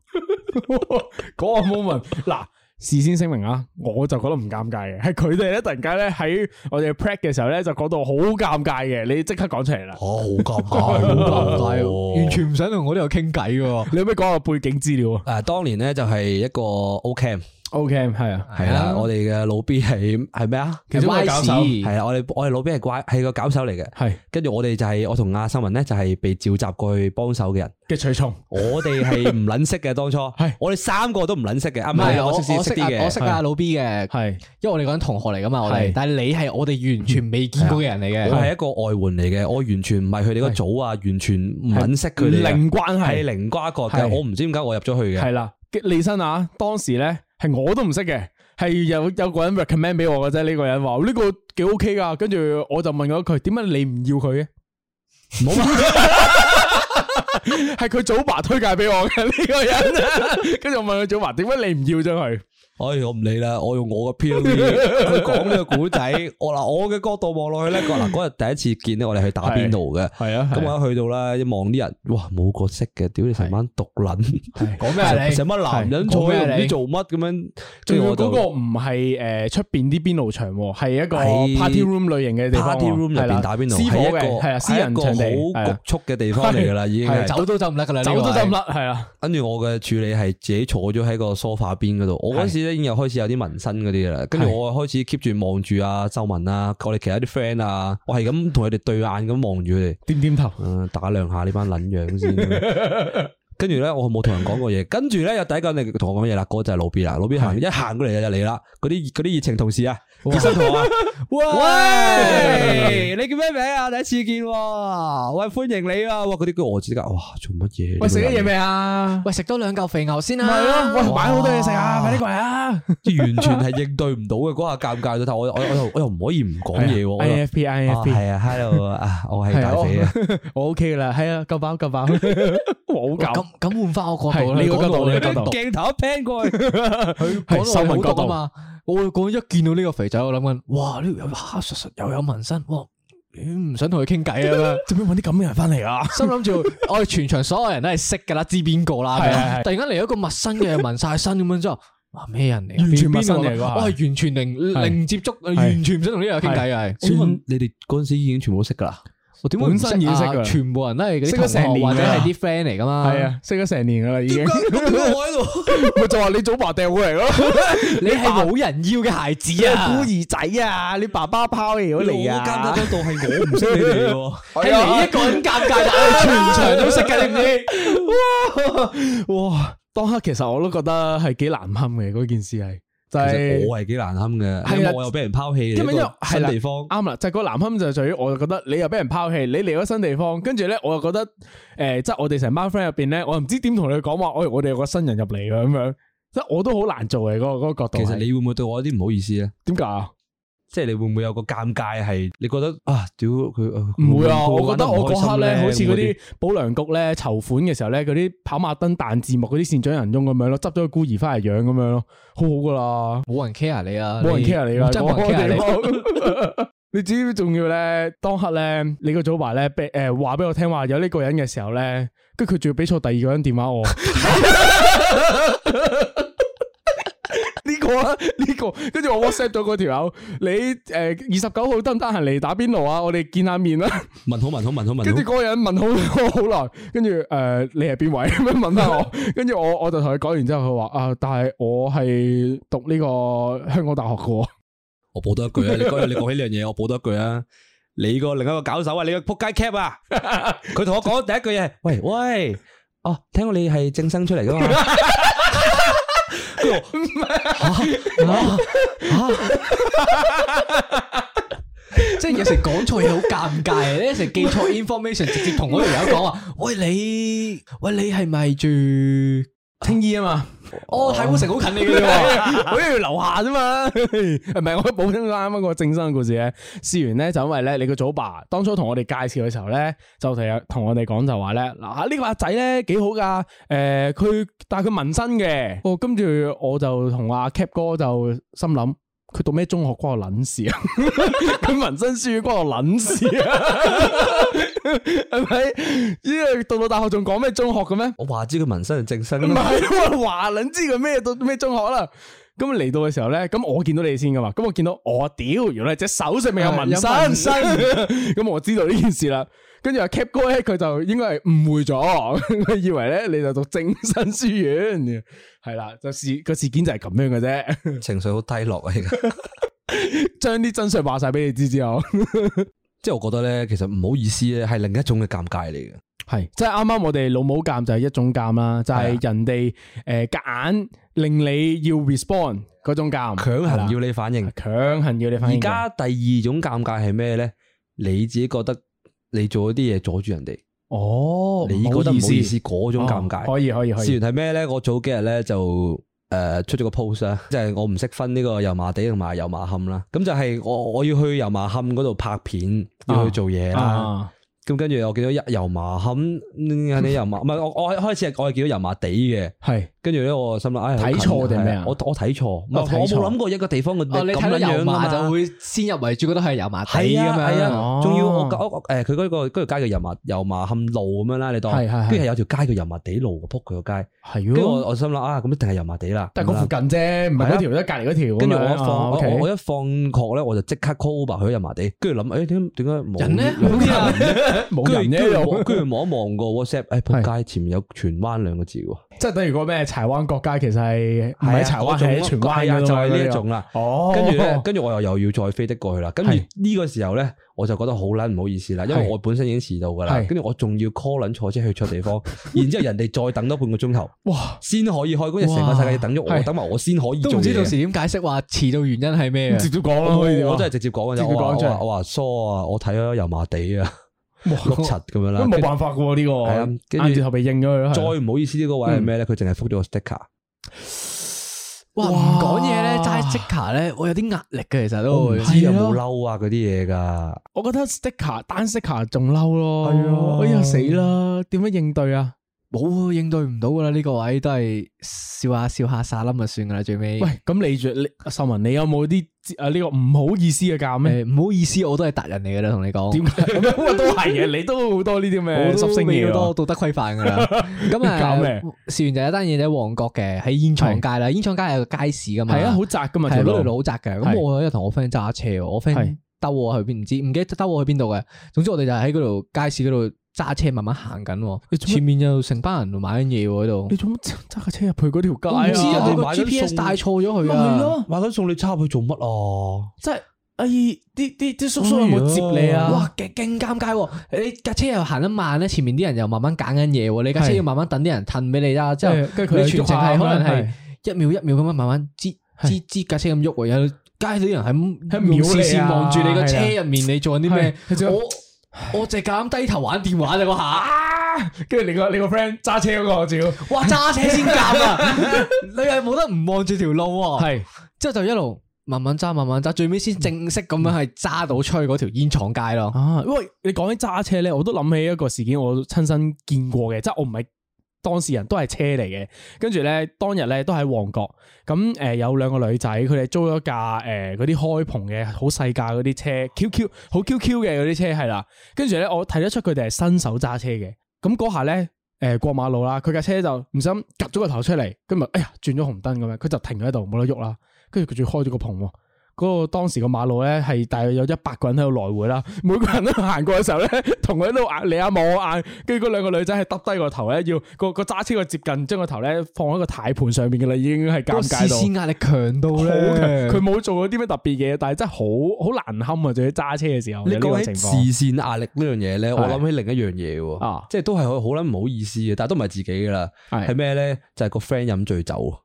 [SPEAKER 2] 嗰個 moment 嗱。事先聲明啊，我就覺得唔尷尬嘅，係佢哋咧突然間咧喺我哋 prep 嘅時候咧就講到好尷尬嘅，你即刻講出嚟啦。
[SPEAKER 3] 哦，好尷尬，好尷
[SPEAKER 1] 哦
[SPEAKER 3] 尬，
[SPEAKER 1] 完。全唔想同我呢度傾偈嘅。
[SPEAKER 2] 你可唔可以講下背景資料啊
[SPEAKER 3] 誒，當年咧就係一個 O Cam，
[SPEAKER 2] ？OK，係啊，
[SPEAKER 3] 係啦，我哋嘅老 B 係係咩啊？
[SPEAKER 2] 其中一個搞手
[SPEAKER 3] 係啦，我哋我哋老 B 係怪係個搞手嚟嘅。
[SPEAKER 2] 係
[SPEAKER 3] 跟住我哋就係我同阿秀文咧就係被召集過去幫手嘅人，
[SPEAKER 2] 嘅隨從，
[SPEAKER 3] 我哋係唔撚識嘅當初，
[SPEAKER 2] 係
[SPEAKER 3] 我哋三個都唔撚識嘅，啊
[SPEAKER 1] 唔
[SPEAKER 3] 唔
[SPEAKER 1] 係
[SPEAKER 3] 係
[SPEAKER 1] 我
[SPEAKER 3] 我識
[SPEAKER 1] 我
[SPEAKER 3] 識
[SPEAKER 1] 識
[SPEAKER 3] 啲
[SPEAKER 1] 啊我
[SPEAKER 3] 嘅，
[SPEAKER 1] 識啊老 B 嘅，
[SPEAKER 2] 係
[SPEAKER 1] 因為我哋講同學嚟噶嘛，我哋
[SPEAKER 2] 係。
[SPEAKER 1] 但係你係我哋完全未見過嘅人嚟
[SPEAKER 3] 我
[SPEAKER 1] 嘅。
[SPEAKER 3] 係一個外援嚟嘅，我完全唔係佢哋個組啊，完全唔撚識佢哋嘅，
[SPEAKER 2] 零關係
[SPEAKER 3] 係。零瓜葛嘅，
[SPEAKER 2] 係
[SPEAKER 3] 我唔知點解我入咗去
[SPEAKER 2] 系
[SPEAKER 3] 嘅，
[SPEAKER 2] 啦，李生啊，當時咧係我都唔識嘅，係有有個人 recommend 俾我嘅啫。呢、個人話呢、個幾 OK 噶，跟住我就問咗佢，點解你唔要佢嘅？
[SPEAKER 3] 冇問
[SPEAKER 2] 係佢祖爸推介俾我嘅呢、個人， 跟住我問佢祖爸，點解你唔要咗佢？
[SPEAKER 3] 唉，我唔理啦，我用我嘅 P E， O V 去講呢個古仔，我嗱我嘅角度望落去咧，嗱嗰日第一次見咧，我哋去打邊爐嘅。
[SPEAKER 2] 係啊
[SPEAKER 3] 咁我一去到啦，一望啲人，哇，冇個識嘅，屌你成班毒撚。
[SPEAKER 1] 講咩啊你？
[SPEAKER 3] 成班男人坐喺度唔知做乜咁樣，
[SPEAKER 2] 仲
[SPEAKER 3] 跟住
[SPEAKER 2] 要
[SPEAKER 3] 我
[SPEAKER 2] 嗰個
[SPEAKER 3] 就
[SPEAKER 2] 唔係诶出边啲邊爐場喎，係一個
[SPEAKER 3] 係
[SPEAKER 2] party room 類型嘅地方喎
[SPEAKER 3] party room 入
[SPEAKER 2] 係啦
[SPEAKER 3] 邊打邊爐，
[SPEAKER 2] 私
[SPEAKER 3] 係
[SPEAKER 2] 伙
[SPEAKER 3] 一個
[SPEAKER 2] 嘅，係啊，私
[SPEAKER 3] 係一
[SPEAKER 2] 人
[SPEAKER 3] 個
[SPEAKER 2] 場地，係
[SPEAKER 3] 好
[SPEAKER 2] 啊
[SPEAKER 3] 局促嘅地方嚟㗎啦，已經係。
[SPEAKER 1] 走都走唔甩噶啦，
[SPEAKER 2] 走
[SPEAKER 1] 呢個
[SPEAKER 2] 都
[SPEAKER 1] 係
[SPEAKER 2] 走唔甩，係啊，
[SPEAKER 3] 跟住我嘅處理係自己坐咗喺個 sofa 邊嗰度，我嗰時咧已經有開始有啲紋身嗰啲㗎啦，跟住
[SPEAKER 2] 係
[SPEAKER 3] 我開始 keep 住望住阿周文啊，我哋其他啲 friend 啊，我係咁同佢哋對眼咁望住佢哋。
[SPEAKER 2] 點點頭，
[SPEAKER 3] 嗯，打量下呢班撚樣先。 跟住咧，我冇同人講過嘢。跟住咧，有第一個人同我講嘢啦，嗰個就係老 B 啦。老 B 行一行過嚟就嚟啦，嗰啲嗰啲熱情同事啊，熱心同 學啊，喂， 你叫咩名啊？第一次見喎，喂，歡迎你啊！哇，嗰啲叫我知噶，哇，做乜嘢？
[SPEAKER 2] 喂食咗嘢未啊？
[SPEAKER 1] 喂，食多兩嚿肥牛先啊
[SPEAKER 2] 係
[SPEAKER 1] 啦。
[SPEAKER 2] 咯，喂買好多嘢食啊，
[SPEAKER 3] 哇
[SPEAKER 2] 快啲過嚟啊！
[SPEAKER 3] 完全係應對唔到嘅，嗰下尷尬咗。但係我我我又我又唔可以唔講嘢喎。我又
[SPEAKER 2] IFP
[SPEAKER 3] 哦
[SPEAKER 2] IFP
[SPEAKER 3] 係啊，hello 啊，我係大肥啊。
[SPEAKER 2] 我 OK 噶啦，係啊，夠飽夠飽，我好夠。
[SPEAKER 1] 咁咁換翻我角度啦，
[SPEAKER 2] 係你個角度
[SPEAKER 1] 你角
[SPEAKER 2] 你個角
[SPEAKER 1] 度
[SPEAKER 2] 度，
[SPEAKER 3] 鏡頭一 pan 過去，
[SPEAKER 1] 佢
[SPEAKER 2] 係
[SPEAKER 1] 講到
[SPEAKER 2] 收
[SPEAKER 1] 我
[SPEAKER 2] 文角
[SPEAKER 1] 好
[SPEAKER 2] 度
[SPEAKER 1] 毒啊嘛。我會講一見到呢個肥仔，我諗緊，哇呢個有黑實實又有紋身，哇唔想同佢傾偈啊咁樣。
[SPEAKER 2] 做咩揾啲咁嘅人翻嚟啊？
[SPEAKER 1] 心諗住我哋全場所有人都係識噶啦，知邊個啦。
[SPEAKER 2] 係
[SPEAKER 1] 咁樣
[SPEAKER 2] 係係
[SPEAKER 1] 突然間嚟一個陌生嘅紋晒身咁樣之後，哇咩人嚟？
[SPEAKER 2] 完全
[SPEAKER 1] 邊邊
[SPEAKER 2] 陌生
[SPEAKER 1] 個
[SPEAKER 2] 嚟㗎
[SPEAKER 1] 我係完全零
[SPEAKER 2] 係
[SPEAKER 1] 零接觸，完全唔想同呢個人傾偈啊！
[SPEAKER 3] 請問你哋嗰陣時已經全部都識㗎啦。
[SPEAKER 1] 我點會唔識啊
[SPEAKER 2] 本身已經識㗎
[SPEAKER 1] 全部人都係嗰啲
[SPEAKER 2] 識咗成
[SPEAKER 1] 同學
[SPEAKER 2] 年
[SPEAKER 1] 或
[SPEAKER 2] 㗎
[SPEAKER 1] 者
[SPEAKER 2] 啦
[SPEAKER 1] 係啲 friend 嚟噶嘛？
[SPEAKER 2] 係，啊，識咗成年噶啦，已經
[SPEAKER 3] 點解咁多我喺 度？
[SPEAKER 2] 咪就話你祖爸掉過嚟咯，
[SPEAKER 1] 你係冇人要嘅孩子啊！
[SPEAKER 2] 兒仔啊，你爸爸拋棄咗
[SPEAKER 3] 我間得到係我唔識你 哋喎。
[SPEAKER 1] 係你一個人尷尬，但係全場都識嘅，你唔知？
[SPEAKER 2] 哇！當刻其實我都覺得係幾難堪嘅嗰件事係，就
[SPEAKER 3] 其
[SPEAKER 2] 係
[SPEAKER 3] 實我係幾難堪
[SPEAKER 2] 係
[SPEAKER 3] 嘅，
[SPEAKER 2] 啊
[SPEAKER 3] 因為我又俾人拋
[SPEAKER 2] 因為
[SPEAKER 3] 棄，
[SPEAKER 2] 因為
[SPEAKER 3] 呢個新
[SPEAKER 2] 係啦啊
[SPEAKER 3] 地方。
[SPEAKER 2] 啱啦，就係個難堪就係在於，我就覺得你又俾人拋棄，你嚟咗新地方，跟住咧我又覺得，誒、即係我哋成班 friend 入邊咧，我又唔知點同你講話，我我哋有個新人入嚟嘅咁樣，即係我都好難做嘅嗰、個嗰個角度
[SPEAKER 3] 其
[SPEAKER 2] 係。
[SPEAKER 3] 實你會唔會對我有啲唔好意思咧？
[SPEAKER 2] 點解啊？
[SPEAKER 3] 即係你會唔會有個尷尬係你覺得啊屌佢
[SPEAKER 2] 唔會
[SPEAKER 3] 會
[SPEAKER 2] 啊！我覺得我嗰刻咧，好似嗰
[SPEAKER 3] 啲
[SPEAKER 2] 啲保良局咧籌款嘅時候咧，嗰啲跑馬燈彈字幕嗰啲善長人翁咁樣咯，執咗個孤兒翻嚟養咁樣咯，好好噶啦，
[SPEAKER 1] 冇人 care 你啊！
[SPEAKER 2] 冇人 care 你啦，
[SPEAKER 1] 真係冇人 care 你。
[SPEAKER 2] 你。 你知唔知仲要咧？當刻咧，你個祖爸咧，俾诶话俾我聽話有呢個人嘅時候咧，跟住佢仲要俾錯第二個人電話我。 呢個啊，呢個，跟住我 WhatsApp 咗嗰條友，你诶二十九號得唔得閒嚟打邊爐啊？我哋見下面啦。
[SPEAKER 3] 問好問好問好
[SPEAKER 2] 跟住
[SPEAKER 3] 問好，
[SPEAKER 2] 嗰個人問好 我好耐，跟住誒你係邊位 咁樣問翻我，跟住我我就同佢講完之後，佢話啊，但係我係讀呢個香港大學嘅喎，
[SPEAKER 3] 我補多一句啊！你講你講起呢樣嘢，我補多一句啊！你個另一個搞手啊，你個仆街 cap 啊！佢同我講第一句嘢係，喂喂，哦，聽講你係正生出嚟噶嘛？跟住我嚇嚇嚇
[SPEAKER 1] 即係有時講錯嘢好尷尬嘅，你有時記錯 information，直接同嗰條友講話：，喂你，喂你係咪住青衣啊嘛？哦，太古城好近
[SPEAKER 2] 啊
[SPEAKER 1] 你嘅啫喎。
[SPEAKER 2] 我一條樓下啫嘛， 唔係我補充翻啱啱個正生嘅故事咧。事完咧就因為咧，你個祖爸當初同我哋介紹嘅時候咧，就同同我哋講就話咧，嗱呢個阿仔咧幾好㗎，誒、佢但係佢紋身嘅，哦跟住我就同阿 Cap 哥就心諗。佢讀咩中學關我撚事啊！ 佢紋身書院關我撚事啊！係咪？因為讀到大學仲講咩中學嘅咩？
[SPEAKER 3] 我話知佢紋身係正身
[SPEAKER 2] 唔
[SPEAKER 3] 㗎嘛，
[SPEAKER 2] 係，我話撚知佢咩到咩中學啦。咁啊嚟到嘅時候咧，咁我見到你先噶嘛，咁我見到我屌，原來隻手上面有紋
[SPEAKER 1] 啊有紋
[SPEAKER 2] 身， 咁我知道呢件事啦。跟住阿 Cap 哥咧，佢就應該係誤會咗， 佢以為咧你就讀正身書院，係啦，就事個事件就係咁樣嘅啫。
[SPEAKER 3] 情緒好低落啊！而家
[SPEAKER 2] 將啲真相話晒俾你知之後，
[SPEAKER 3] 即係我覺得咧，其實唔好意思咧，係另一種嘅尷尬嚟嘅。
[SPEAKER 2] 係即係啱啱我哋老母監就係一種監啦，就係、啊人哋誒夾硬令你要 respond 嗰種監，
[SPEAKER 3] 強
[SPEAKER 2] 係啦
[SPEAKER 3] 行要你反應。
[SPEAKER 2] 強行要你反
[SPEAKER 3] 而
[SPEAKER 2] 應嘅。
[SPEAKER 3] 家第二種尷尬係咩咧？你自己覺得你做咗啲嘢阻住人哋，
[SPEAKER 2] 哦，
[SPEAKER 3] 你覺得唔好意思嗰種尷
[SPEAKER 2] 哦
[SPEAKER 3] 尬。
[SPEAKER 2] 可以可以可
[SPEAKER 3] 事
[SPEAKER 2] 以，
[SPEAKER 3] 源係咩咧？我早幾日咧就诶、呃出咗個 post 啦， 即係我唔識分呢個油麻地同埋油麻冚啦。咁就係我我要去油麻冚嗰度拍片，要去做嘢啦。
[SPEAKER 2] 啊，
[SPEAKER 3] 咁跟住我見到油油麻冚，嗯你油麻唔係我我一開始係我係見到油麻地嘅。
[SPEAKER 2] 係
[SPEAKER 3] 跟住咧，我心諗，哎唉，好
[SPEAKER 2] 睇錯
[SPEAKER 3] 近
[SPEAKER 2] 定咩啊
[SPEAKER 3] 係我我睇錯，唔係
[SPEAKER 2] 哦睇
[SPEAKER 3] 我
[SPEAKER 2] 錯
[SPEAKER 3] 冇諗過一個地方嘅
[SPEAKER 1] 哦，你睇到油麻就
[SPEAKER 3] 會。
[SPEAKER 1] 會先入為主，覺得係油麻地
[SPEAKER 3] 係
[SPEAKER 1] 咁
[SPEAKER 3] 啊，係
[SPEAKER 1] 樣。
[SPEAKER 3] 啊
[SPEAKER 2] 哦，
[SPEAKER 3] 仲要我我誒佢嗰個嗰條街叫油麻油麻冚路咁樣啦，你當
[SPEAKER 2] 係係係
[SPEAKER 3] 跟住係有條街叫油麻地路嘅，撲佢個街，
[SPEAKER 2] 係
[SPEAKER 3] 跟住我
[SPEAKER 2] 咯，
[SPEAKER 3] 我心諗啊，咁一定係油麻地啦，
[SPEAKER 2] 但係嗰附
[SPEAKER 3] 咁啦
[SPEAKER 2] 近啫，唔係啊嗰條，都係隔離嗰條咁樣。
[SPEAKER 3] 跟住我一
[SPEAKER 2] 啊
[SPEAKER 3] 放我
[SPEAKER 2] OK
[SPEAKER 3] 我我一放學咧，我就即刻 call Uber 去咗油麻地，跟住諗誒哎點點解冇
[SPEAKER 1] 人咧
[SPEAKER 3] 有
[SPEAKER 1] 冇人
[SPEAKER 2] 冇
[SPEAKER 3] 跟
[SPEAKER 2] 人
[SPEAKER 3] 住
[SPEAKER 2] 啫，
[SPEAKER 3] 跟住
[SPEAKER 2] 又
[SPEAKER 3] 望跟住望一望個 WhatsApp，誒仆街前面有荃灣兩個字喎，
[SPEAKER 2] 即係等於嗰咩柴灣國家，其實係唔
[SPEAKER 3] 係啊
[SPEAKER 2] 係柴灣，
[SPEAKER 3] 嗰種
[SPEAKER 2] 係
[SPEAKER 3] 咯
[SPEAKER 2] 喺荃灣
[SPEAKER 3] 係啊
[SPEAKER 2] 㗎
[SPEAKER 3] 就
[SPEAKER 2] 嘛
[SPEAKER 3] 係呢
[SPEAKER 2] 嗰
[SPEAKER 3] 一
[SPEAKER 2] 啲
[SPEAKER 3] 種啦。
[SPEAKER 2] 哦，
[SPEAKER 3] 跟住咧，跟住我又又要再飛的過去啦。跟住
[SPEAKER 2] 係
[SPEAKER 3] 呢個時候咧，我就覺得好撚唔好意思啦，因為
[SPEAKER 2] 係
[SPEAKER 3] 我本身已經遲到噶啦，
[SPEAKER 2] 係
[SPEAKER 3] 跟住我仲要 call 撚坐車去錯地方，然之後人哋再等多半個鐘頭
[SPEAKER 2] 哇，
[SPEAKER 3] 先可以開工，因為成個世界要等咗我，
[SPEAKER 2] 係
[SPEAKER 3] 等埋我先可以
[SPEAKER 1] 都
[SPEAKER 3] 做
[SPEAKER 1] 唔知到
[SPEAKER 3] 嘢。
[SPEAKER 1] 時點解釋話遲到原因係咩啊
[SPEAKER 2] 直？接講啦，
[SPEAKER 3] 我
[SPEAKER 2] 可以
[SPEAKER 3] 我真
[SPEAKER 2] 哦
[SPEAKER 3] 係
[SPEAKER 2] 係
[SPEAKER 3] 直接講嘅啫，
[SPEAKER 2] 直接
[SPEAKER 3] 我話
[SPEAKER 2] 講出
[SPEAKER 3] 我
[SPEAKER 2] 嚟
[SPEAKER 3] 話我話疏啊，我睇咗油麻地啊，碌柒咁樣啦。
[SPEAKER 2] 冇辦法嘅喎呢
[SPEAKER 3] 係啊
[SPEAKER 2] 個，
[SPEAKER 3] 跟住
[SPEAKER 2] 眼住頭被應咗佢啦。
[SPEAKER 3] 跟
[SPEAKER 2] 係
[SPEAKER 3] 住再唔好意思呢個位係咩咧？佢淨係覆咗個 sticker，
[SPEAKER 1] 哇，唔講嘢咧，齋 sticker 咧，我有啲壓力嘅，其實都
[SPEAKER 3] 我唔
[SPEAKER 1] 會。
[SPEAKER 3] 知有
[SPEAKER 2] 係
[SPEAKER 3] 冇
[SPEAKER 2] 咯
[SPEAKER 3] 嬲啊嗰啲嘢㗎。
[SPEAKER 2] 我覺得 sticker 單 sticker 仲嬲咯，
[SPEAKER 3] 係啊
[SPEAKER 2] 哎呀死啦，點樣應對啊？
[SPEAKER 1] 冇啊，應對唔到噶啦，呢個位都係笑下笑下撒冧就算噶啦，最尾。
[SPEAKER 2] 喂，咁你住你秀文，你有冇啲啊呢個唔好意思嘅教咩？
[SPEAKER 1] 誒，呃唔好意思，我都係達人嚟噶啦，同你講。
[SPEAKER 2] 點解？咁啊都係嘅，你都好多呢啲
[SPEAKER 1] 我
[SPEAKER 2] 咩
[SPEAKER 1] 都
[SPEAKER 2] 濕星
[SPEAKER 1] 未
[SPEAKER 2] 嘢
[SPEAKER 1] 好
[SPEAKER 2] 喎。
[SPEAKER 1] 多道德規範噶 啦。咁啊，
[SPEAKER 2] 搞咩
[SPEAKER 1] 事完就有一單嘢就喺旺角嘅，喺煙廠街啦。煙廠街有個街市噶嘛。
[SPEAKER 2] 係啊，好窄噶嘛
[SPEAKER 1] 係
[SPEAKER 2] 條
[SPEAKER 1] 嗰條
[SPEAKER 2] 路。
[SPEAKER 1] 路好窄嘅。咁
[SPEAKER 2] 係
[SPEAKER 1] 我有一日同我 friend 揸車喎，我
[SPEAKER 2] 係
[SPEAKER 1] friend 兜我去邊唔知，唔記得兜我去邊度嘅。總之我哋就喺嗰條街市嗰度揸車慢慢行緊
[SPEAKER 2] 你
[SPEAKER 1] 喎。
[SPEAKER 2] 做乜
[SPEAKER 1] 前面有成班人買緊嘢喎喺度
[SPEAKER 2] 你。做乜揸架車入去嗰條
[SPEAKER 1] 我唔
[SPEAKER 2] 街
[SPEAKER 1] 知啊，
[SPEAKER 3] 啊你
[SPEAKER 1] 佢
[SPEAKER 3] 買
[SPEAKER 1] 個
[SPEAKER 3] 咗
[SPEAKER 1] GPS
[SPEAKER 3] 餸
[SPEAKER 1] 帶錯咗佢
[SPEAKER 2] 咪係
[SPEAKER 1] 啊
[SPEAKER 2] 咯。
[SPEAKER 3] 買緊餸你插去做乜啊？
[SPEAKER 2] 即係哎，啲啲啲叔叔有冇接你啊
[SPEAKER 1] 哇？，勁勁尷尬喎！你架車又行得慢咧，前面啲人又慢慢揀緊嘢喎，你架車
[SPEAKER 2] 係
[SPEAKER 1] 要慢慢等啲人褪俾你啦。之後
[SPEAKER 2] 係跟住佢
[SPEAKER 1] 你全程係
[SPEAKER 2] 喐下
[SPEAKER 1] 可能
[SPEAKER 2] 咁樣
[SPEAKER 1] 係一秒一秒咁樣慢慢擠
[SPEAKER 2] 係
[SPEAKER 1] 擠擠架車咁喐喎，有街度啲人係咁
[SPEAKER 2] 係秒你
[SPEAKER 1] 用
[SPEAKER 2] 啊
[SPEAKER 1] 視線望住你個車入面，你做緊啲咩
[SPEAKER 2] 係佢仲？
[SPEAKER 1] 我我就係咁低頭玩電話就嗰下，
[SPEAKER 2] 啊！跟住你個你個 friend 揸車嗰個照
[SPEAKER 1] 哇揸車先夾 啊！你係冇得唔望住條路喎，
[SPEAKER 2] 係
[SPEAKER 1] 之後就一路慢慢揸慢慢揸，最尾先正式咁樣係揸到出去嗰條煙廠街咯。
[SPEAKER 2] 啊！喂，你講起揸車咧，我都諗起一個事件，我親身見過嘅，即係我唔係當事人都係車嚟嘅，跟住咧當日咧都喺旺角，咁誒、呃有兩個女仔，佢哋租咗架誒嗰啲開篷嘅好細架嗰啲車，QQ 好 QQ 嘅嗰啲車係啦，跟住咧我睇得出佢哋係新手揸車嘅，咁嗰下咧。誒、過馬路啦，佢架車就唔小心夾咗個頭出嚟，跟住咪哎呀轉咗紅燈咁樣，佢就停咗喺度冇得喐啦。跟住佢仲要開咗個篷喎，嗰、個當時個馬路咧係大約有一百個人喺度來回啦，每個人都行過嘅時候咧，同佢喺度啊眼你眼望我眼，跟住嗰兩個女仔係耷低個頭咧，要個個揸車個接近，將個頭咧放喺個軚盤上面嘅啦，已經係尷
[SPEAKER 1] 個
[SPEAKER 2] 尬
[SPEAKER 1] 視
[SPEAKER 2] 到。
[SPEAKER 1] 線壓力強到
[SPEAKER 2] 好嘅，
[SPEAKER 1] 咧，
[SPEAKER 2] 佢冇做過啲咩特別嘢，但係真係好好難堪啊！仲要揸車嘅時候，
[SPEAKER 3] 你
[SPEAKER 2] 講
[SPEAKER 3] 講起視線壓力呢樣嘢咧，我諗起另一樣嘢喎
[SPEAKER 2] 啊，
[SPEAKER 3] 即係都係好好撚唔好意思嘅，但係都唔係自己噶啦，係
[SPEAKER 2] 係
[SPEAKER 3] 咩咧？就係個 friend 飲醉酒。啊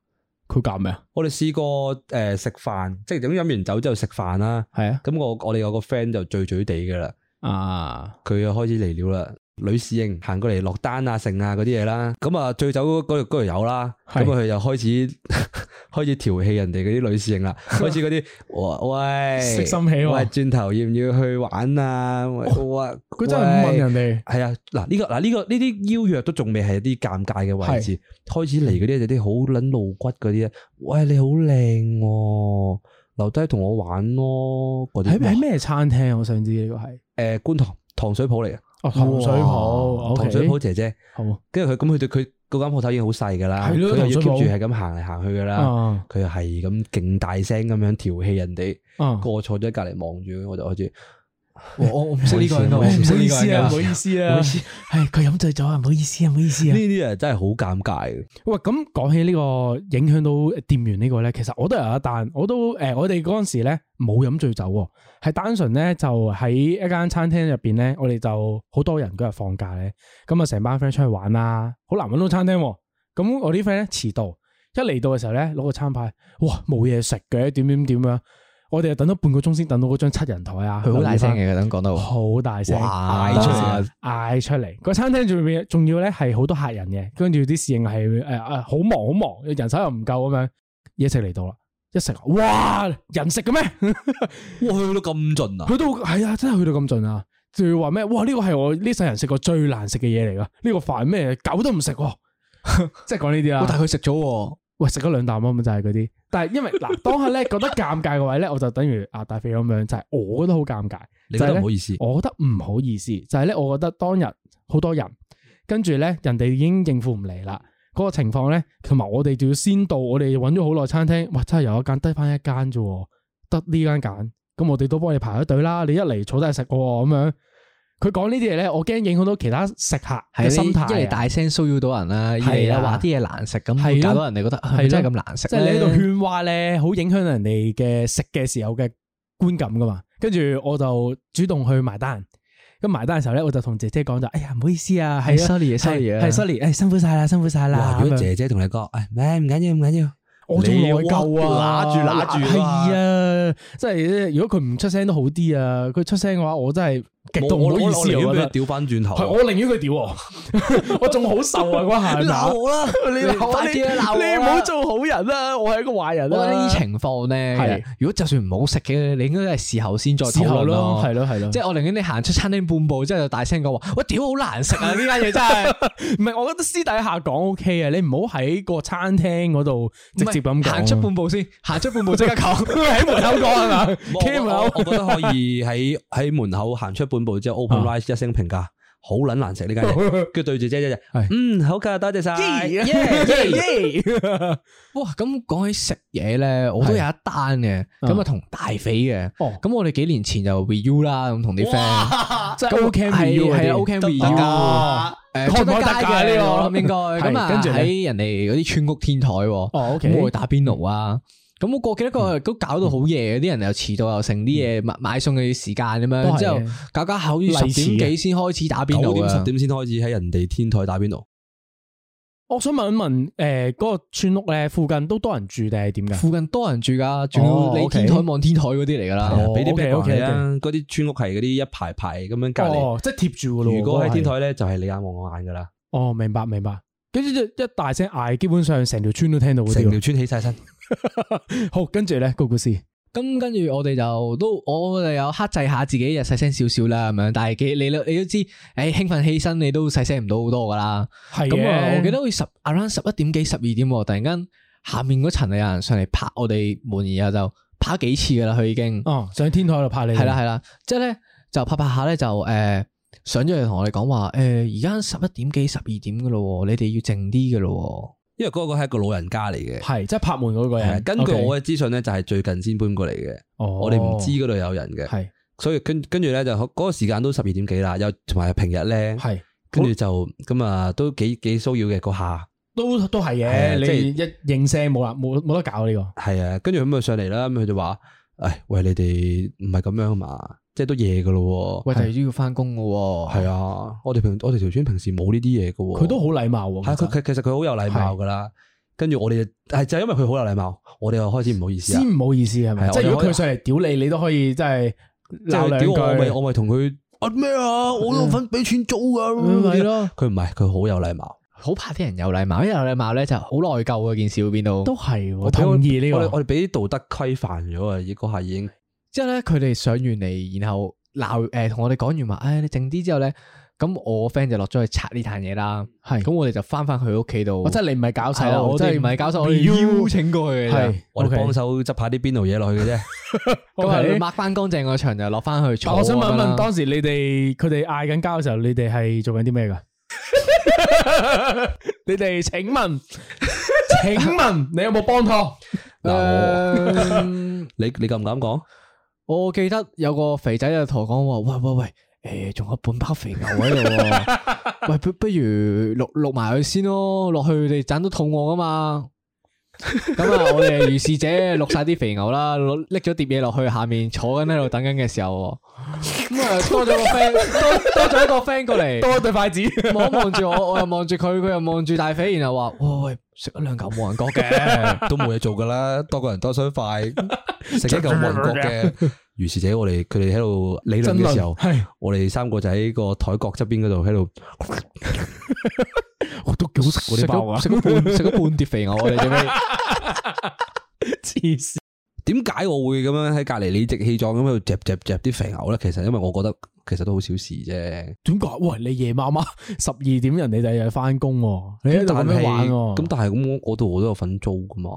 [SPEAKER 2] 佢夾咩啊？
[SPEAKER 3] 我哋試過誒食飯，即係咁飲完酒之後食飯啦。
[SPEAKER 2] 係
[SPEAKER 3] 咁我我哋有個 friend 就醉醉地噶啦，
[SPEAKER 2] 啊，啊
[SPEAKER 3] 佢又開始嚟料啦。女侍應行過嚟落單啊、剩啊嗰啲嘢啦，咁啊醉酒嗰嗰嗰條友啦，咁
[SPEAKER 2] 係
[SPEAKER 3] 啊佢就開始 開始調戲人哋嗰啲女侍應啦，開始嗰啲 哇喂，
[SPEAKER 2] 食心起喎哦
[SPEAKER 3] 喂轉頭要唔要去玩啊？喂哇，
[SPEAKER 2] 佢真係唔
[SPEAKER 3] 喂
[SPEAKER 2] 問人哋。
[SPEAKER 3] 系啊，嗱呢、個嗱呢、個呢啲邀約都仲未係一啲尷尬嘅位置，開始嚟嗰啲就啲好撚露骨嗰啲咧，喂你好靚喎，留低同我玩咯嗰啲。
[SPEAKER 2] 喺喺
[SPEAKER 3] 哇？
[SPEAKER 2] 咩餐廳？啊我想知呢個係
[SPEAKER 3] 诶、觀塘糖水鋪嚟嘅，
[SPEAKER 2] 哦糖水鋪，
[SPEAKER 3] 糖水鋪姐姐。
[SPEAKER 2] 好
[SPEAKER 3] 跟住佢咁佢對佢嗰間鋪頭已經好細㗎啦，佢
[SPEAKER 2] 係咯
[SPEAKER 3] 又要
[SPEAKER 2] 糖水
[SPEAKER 3] keep
[SPEAKER 2] 鋪
[SPEAKER 3] 住係咁行嚟行去㗎啦。
[SPEAKER 2] 啊
[SPEAKER 3] 佢又係咁勁大聲咁樣調戲人哋，
[SPEAKER 2] 啊！
[SPEAKER 3] 個我坐咗喺隔離望住，我就開始
[SPEAKER 1] 我我我唔識呢個人㗎，我唔
[SPEAKER 2] 唔
[SPEAKER 1] 識
[SPEAKER 2] 好
[SPEAKER 1] 呢
[SPEAKER 2] 意
[SPEAKER 1] 個
[SPEAKER 2] 思
[SPEAKER 1] 人
[SPEAKER 2] 啊，
[SPEAKER 1] 㗎
[SPEAKER 2] 唔好意思啊，係佢飲醉咗啊，唔好意思啊，唔好意思
[SPEAKER 3] 呢
[SPEAKER 2] 啊。
[SPEAKER 3] 啲啊真係好尷尬嘅。
[SPEAKER 2] 喂，咁講起呢個影響到店員呢個咧，其實我都有一單，我都誒、呃我哋嗰陣時咧冇飲醉酒喎，係單純咧就喺一間餐廳入邊咧，我哋就好多人嗰日放假咧，咁啊成班 friend 出去玩啦，好難揾到餐廳喎，咁我啲 friend 咧遲到，一嚟到嘅時候咧攞個餐牌，哇冇嘢食嘅，點點點樣，我哋就等咗半個鐘先等到嗰張七人台啊，
[SPEAKER 1] 佢好大聲
[SPEAKER 2] 留意
[SPEAKER 1] 嘅，佢等講
[SPEAKER 2] 返，
[SPEAKER 1] 到
[SPEAKER 2] 好大聲，
[SPEAKER 1] 哇
[SPEAKER 2] 嗌出
[SPEAKER 3] 啊
[SPEAKER 2] 嚟，嗌出嚟。個餐廳仲要仲要咧係好多客人嘅，跟住啲侍應係誒誒好忙好忙，人手又唔夠咁樣，嘢食嚟到啦。一食，哇！人食 嘅咩？
[SPEAKER 3] 哇，佢去到咁盡啊！
[SPEAKER 2] 佢都係啊，真係去到咁盡啊！仲要話咩？哇！呢個係我呢世人食過最難食嘅嘢嚟噶。呢個飯咩狗都唔食喎， 即係講呢啲
[SPEAKER 1] 哇
[SPEAKER 2] 啦。
[SPEAKER 1] 但係佢食咗喎，
[SPEAKER 2] 喂，食咗兩啖啊，咁就係嗰啲。但係因為嗱，當下咧覺得尷尬嘅位咧，我就等於啊大肥咁樣，就係、我覺得好尷尬。
[SPEAKER 3] 你覺
[SPEAKER 2] 就係
[SPEAKER 3] 得
[SPEAKER 2] 呢
[SPEAKER 3] 唔好意思？
[SPEAKER 2] 我覺得唔好意思，就係、咧，我覺得當日好多人，跟住咧人哋已經應付唔嚟啦。嗰、個情況咧，同埋我哋仲要先到，我哋揾咗好耐餐廳，哇！真係有一間低翻一間啫喎，得呢間揀，咁我哋都幫你排咗隊啦。你一嚟坐低食喎咁樣，佢講呢啲嘢咧，我驚影響到其他食客嘅
[SPEAKER 1] 係
[SPEAKER 2] 心
[SPEAKER 1] 你
[SPEAKER 2] 態啊。
[SPEAKER 1] 一嚟大聲騷擾到人啦，二嚟
[SPEAKER 2] 係
[SPEAKER 1] 咧
[SPEAKER 2] 啊
[SPEAKER 1] 話啲嘢難食，咁
[SPEAKER 2] 係
[SPEAKER 1] 會
[SPEAKER 2] 咯
[SPEAKER 1] 搞到人哋覺得啊係咪
[SPEAKER 2] 係咯
[SPEAKER 1] 真係咁難食
[SPEAKER 2] 即係你喺度
[SPEAKER 1] 咧
[SPEAKER 2] 勸話咧，好影響人哋嘅食嘅時候嘅觀感噶嘛。跟住我就主動去埋單，咁埋單嘅時候咧，我就同姐姐講就，哎呀唔好意思啊，係
[SPEAKER 1] 係
[SPEAKER 2] 啊
[SPEAKER 1] sorry 啊，sorry 啊
[SPEAKER 2] 係係 sorry，誒辛苦晒啦，辛苦晒啦
[SPEAKER 3] 哇！。如
[SPEAKER 2] 咁
[SPEAKER 3] 果
[SPEAKER 2] 樣
[SPEAKER 3] 姐姐同你講，唉，咩唔緊要，唔緊要。
[SPEAKER 2] 我仲內疚啊，
[SPEAKER 3] 你要屈揦住揦住啊
[SPEAKER 2] 係啊，即係如果佢唔出聲都好啲啊，佢出聲嘅話，我真係極度唔好意思啊，我
[SPEAKER 3] 我
[SPEAKER 2] 覺
[SPEAKER 3] 俾佢
[SPEAKER 2] 得。
[SPEAKER 3] 調翻轉頭。
[SPEAKER 2] 係我寧願佢屌我， 我仲好受啊嗰下。
[SPEAKER 1] 我啦，你鬧我，你鬧我啦
[SPEAKER 2] 啊你唔好做好人啊啦，我係一個壞人
[SPEAKER 1] 我
[SPEAKER 2] 啦。
[SPEAKER 1] 覺得呢啲情況咧
[SPEAKER 2] 係，
[SPEAKER 1] 如果就算唔好食嘅，你應該係事後先再討
[SPEAKER 2] 事後
[SPEAKER 1] 論
[SPEAKER 2] 咯
[SPEAKER 1] 咯，
[SPEAKER 2] 係咯係咯
[SPEAKER 1] 即係我寧願你行出餐廳半步，之後就大聲講話，我屌好難食啊！呢間嘢真係
[SPEAKER 2] 唔係，我覺得私底下講 O K 啊，你唔好喺個餐廳嗰度直接咁
[SPEAKER 1] 唔
[SPEAKER 2] 講。
[SPEAKER 1] 係行出半步先，行出半步即刻講，
[SPEAKER 2] 喺門口講係嘛？
[SPEAKER 3] 我
[SPEAKER 2] 企喺門
[SPEAKER 3] 我
[SPEAKER 2] 口
[SPEAKER 3] 我覺得可以喺 喺門口行出半步之後，Open
[SPEAKER 2] 啊
[SPEAKER 3] Rise 一聲評價，好撚難食呢 間嘢。跟住對住姐姐就
[SPEAKER 2] 係，
[SPEAKER 3] 嗯，好㗎，多謝晒。
[SPEAKER 2] 耶
[SPEAKER 3] 耶耶
[SPEAKER 2] 耶
[SPEAKER 1] 哇！咁講起食嘢咧，我都有一單嘅，咁啊同大肥嘅，
[SPEAKER 2] 哦
[SPEAKER 1] 咁我哋幾年前就 review 啦，咁同啲 friend，
[SPEAKER 2] 即係
[SPEAKER 1] 咁
[SPEAKER 2] O K
[SPEAKER 1] 係係啊，O K review
[SPEAKER 2] 噶，
[SPEAKER 1] 誒
[SPEAKER 2] 可唔
[SPEAKER 1] 出得
[SPEAKER 2] 可以
[SPEAKER 1] 街
[SPEAKER 2] 得㗎
[SPEAKER 1] 嘅
[SPEAKER 2] 呢個
[SPEAKER 1] 我諗應該
[SPEAKER 2] 係
[SPEAKER 1] 咁啊，
[SPEAKER 2] 跟住呢
[SPEAKER 1] 喺人哋嗰啲村屋天台喎。
[SPEAKER 2] 哦
[SPEAKER 1] 咁我去
[SPEAKER 2] ，OK，
[SPEAKER 1] 打邊爐啊。咁我過幾多個都搞到好夜，啲人又遲到又剩啲嘢買買餸嘅時間咁
[SPEAKER 2] 都係
[SPEAKER 1] 樣，
[SPEAKER 2] 嘅
[SPEAKER 1] 之後搞搞下好似十點幾先開始打邊爐
[SPEAKER 3] 九點十
[SPEAKER 1] 啊。
[SPEAKER 3] 點先開始喺人哋天台打邊爐，
[SPEAKER 2] 我想問一問，誒嗰個村屋咧附近都多人住定係點㗎？
[SPEAKER 1] 附近多人住噶，仲要你天台望天台嗰啲嚟噶
[SPEAKER 2] 哦
[SPEAKER 3] 係
[SPEAKER 1] 啦。
[SPEAKER 3] 啊俾啲
[SPEAKER 2] OK，OK，OK
[SPEAKER 3] background 你啊。嗰啲村屋係嗰啲一排排咁樣隔離。
[SPEAKER 2] 哦，即係貼住㗎咯喎。
[SPEAKER 3] 如果喺天
[SPEAKER 2] 嗰個係
[SPEAKER 3] 台咧，就係你眼望我眼㗎啦，
[SPEAKER 2] 哦，明白明白。跟住一大 聲嗌，基本上成條村都聽到嗰
[SPEAKER 3] 成條
[SPEAKER 2] 啲
[SPEAKER 3] 村起晒身。
[SPEAKER 2] 喎。好，跟住咧個故事
[SPEAKER 1] 咁跟住我哋就都我哋有克制下自己，又細聲少少啦咁樣。但係幾你都你都知，誒、興奮起身你都細聲唔到好多噶啦。
[SPEAKER 2] 係
[SPEAKER 1] 咁啊，
[SPEAKER 2] 嘅
[SPEAKER 1] 我記得好似十 around 十一點幾、十二點喎，突然間下面嗰層有人上嚟拍我哋門，然後就拍咗幾次噶啦，佢已經
[SPEAKER 2] 哦，上天台度拍你，
[SPEAKER 1] 係啦係啦，即係咧就拍拍下咧就誒、呃上咗嚟同我哋講話誒，而家十一點幾、十二點噶咯喎，你哋要靜啲噶咯
[SPEAKER 3] 因為嗰個係一個老人家嚟嘅。
[SPEAKER 2] 係即係拍門嗰個
[SPEAKER 3] 係啊
[SPEAKER 2] 人。
[SPEAKER 3] 根據
[SPEAKER 2] 嗯 OK 哦
[SPEAKER 3] 我嘅資訊咧，就係最近先搬過嚟嘅，我哋唔知嗰度有人嘅，
[SPEAKER 2] 係
[SPEAKER 3] 所以跟跟住咧就嗰個時間都十二點幾啦，又同埋平日咧，
[SPEAKER 2] 係
[SPEAKER 3] 跟住就咁啊都幾幾騷擾嘅嗰下，
[SPEAKER 2] 都都係
[SPEAKER 3] 係啊
[SPEAKER 2] 嘅，
[SPEAKER 3] 即係
[SPEAKER 2] 你一應聲冇啦，冇冇得搞呢個。
[SPEAKER 3] 係啊，跟住咁啊上嚟啦，咁佢就話：，唉，喂，你哋唔係咁樣啊嘛，即係都夜噶咯
[SPEAKER 1] 喎，喂，第二朝要翻工噶喎，
[SPEAKER 3] 喎，係啊，我哋平我哋條村平時冇呢啲嘢噶喎，
[SPEAKER 2] 佢都好禮貌喎。
[SPEAKER 3] 係啊
[SPEAKER 2] 其
[SPEAKER 3] 佢
[SPEAKER 2] 實
[SPEAKER 3] 佢其實佢好有禮貌噶啦，跟住我哋就係就係因為佢好有禮貌，我哋又開始唔好意思啊，
[SPEAKER 2] 先唔好意思係
[SPEAKER 3] 係
[SPEAKER 2] 咪？
[SPEAKER 3] 啊
[SPEAKER 2] 即係如
[SPEAKER 3] 我
[SPEAKER 2] 果
[SPEAKER 3] 哋可以
[SPEAKER 2] 佢上嚟屌你，你都可以真係
[SPEAKER 3] 即
[SPEAKER 2] 鬧
[SPEAKER 3] 係
[SPEAKER 2] 兩
[SPEAKER 3] 屌我咪
[SPEAKER 2] 句。
[SPEAKER 3] 我咪同佢啊咩啊，我有份俾錢租噶，
[SPEAKER 2] 嗯係咯，
[SPEAKER 3] 佢唔係，佢好有禮貌。
[SPEAKER 1] 好怕啲人有禮貌，因為有禮貌咧就好內疚嘅件事會變到。
[SPEAKER 2] 都係喎，
[SPEAKER 3] 我俾我
[SPEAKER 2] 同意呢
[SPEAKER 3] 我哋
[SPEAKER 2] 個。
[SPEAKER 3] 我哋俾啲道德規範咗啊！依嗰下已經
[SPEAKER 1] 之後咧，佢哋上完嚟，然後鬧誒，同、我哋講完話，唉、你靜啲之後咧，咁我 friend 就落咗去拆呢壇嘢啦。
[SPEAKER 2] 係
[SPEAKER 1] 咁我哋就翻翻佢屋企度。
[SPEAKER 2] 我真係你唔係搞手
[SPEAKER 1] 係啦，
[SPEAKER 2] 啊，
[SPEAKER 1] 我
[SPEAKER 2] 我
[SPEAKER 1] 真係
[SPEAKER 2] 哋
[SPEAKER 1] 唔係搞手，我哋
[SPEAKER 2] re-
[SPEAKER 1] 邀請過佢嘅啫。
[SPEAKER 2] 係
[SPEAKER 3] 我哋
[SPEAKER 2] OK
[SPEAKER 3] 幫手執下啲邊度嘢落 去嘅啫。
[SPEAKER 1] 咁啊，
[SPEAKER 2] OK
[SPEAKER 1] 抹翻乾淨個場就落翻去坐。
[SPEAKER 2] 我想問一問，
[SPEAKER 1] 當
[SPEAKER 2] 當時你哋佢哋嗌緊交 嘅時候，你哋係做緊啲咩噶？你哋請 問，請問你有冇幫拖？
[SPEAKER 3] 嗱，我
[SPEAKER 1] 誒，
[SPEAKER 3] 你你敢唔敢講？
[SPEAKER 1] 我記得有個肥仔就同我講話，喂喂喂，誒，仲有半包肥牛喺度喎， 喂，不不如錄錄埋佢先咯，落去你盞都肚餓啊嘛。咁啊，我哋如是者錄晒啲肥牛啦，攞拎咗碟嘢落去下面坐緊喺度等緊嘅時候喎，咁啊多咗個 friend，多多咗一個 friend 過嚟。
[SPEAKER 2] 多一對筷子，
[SPEAKER 1] 望一望住我，我又望住佢，佢又望住大肥，然後話：，哇喂，食一兩嚿冇人覺嘅。
[SPEAKER 3] 都冇嘢做 噶啦，多個人多想快，食一嚿混角嘅。如是者，我哋佢哋喺度理論嘅時候，
[SPEAKER 2] 係
[SPEAKER 3] 我哋三個就喺個台角側邊嗰度喺度，
[SPEAKER 2] 我都幾好食嗰
[SPEAKER 1] 食
[SPEAKER 2] 啲包
[SPEAKER 1] 咗
[SPEAKER 2] 啊！
[SPEAKER 1] 食咗半食咗半碟肥牛，我哋最尾
[SPEAKER 2] 黐線，
[SPEAKER 3] 點解我會咁樣喺隔離理直氣壯咁喺度嚼嚼嚼啲肥牛咧？其實因為我覺得其實都好小事啫。
[SPEAKER 2] 點解？喂，你夜媽媽十二點人哋第二日翻工喎，你喺度咁
[SPEAKER 3] 但
[SPEAKER 2] 樣
[SPEAKER 3] 係
[SPEAKER 2] 玩喎？
[SPEAKER 3] 咁但係咁我嗰度我都有份租噶嘛，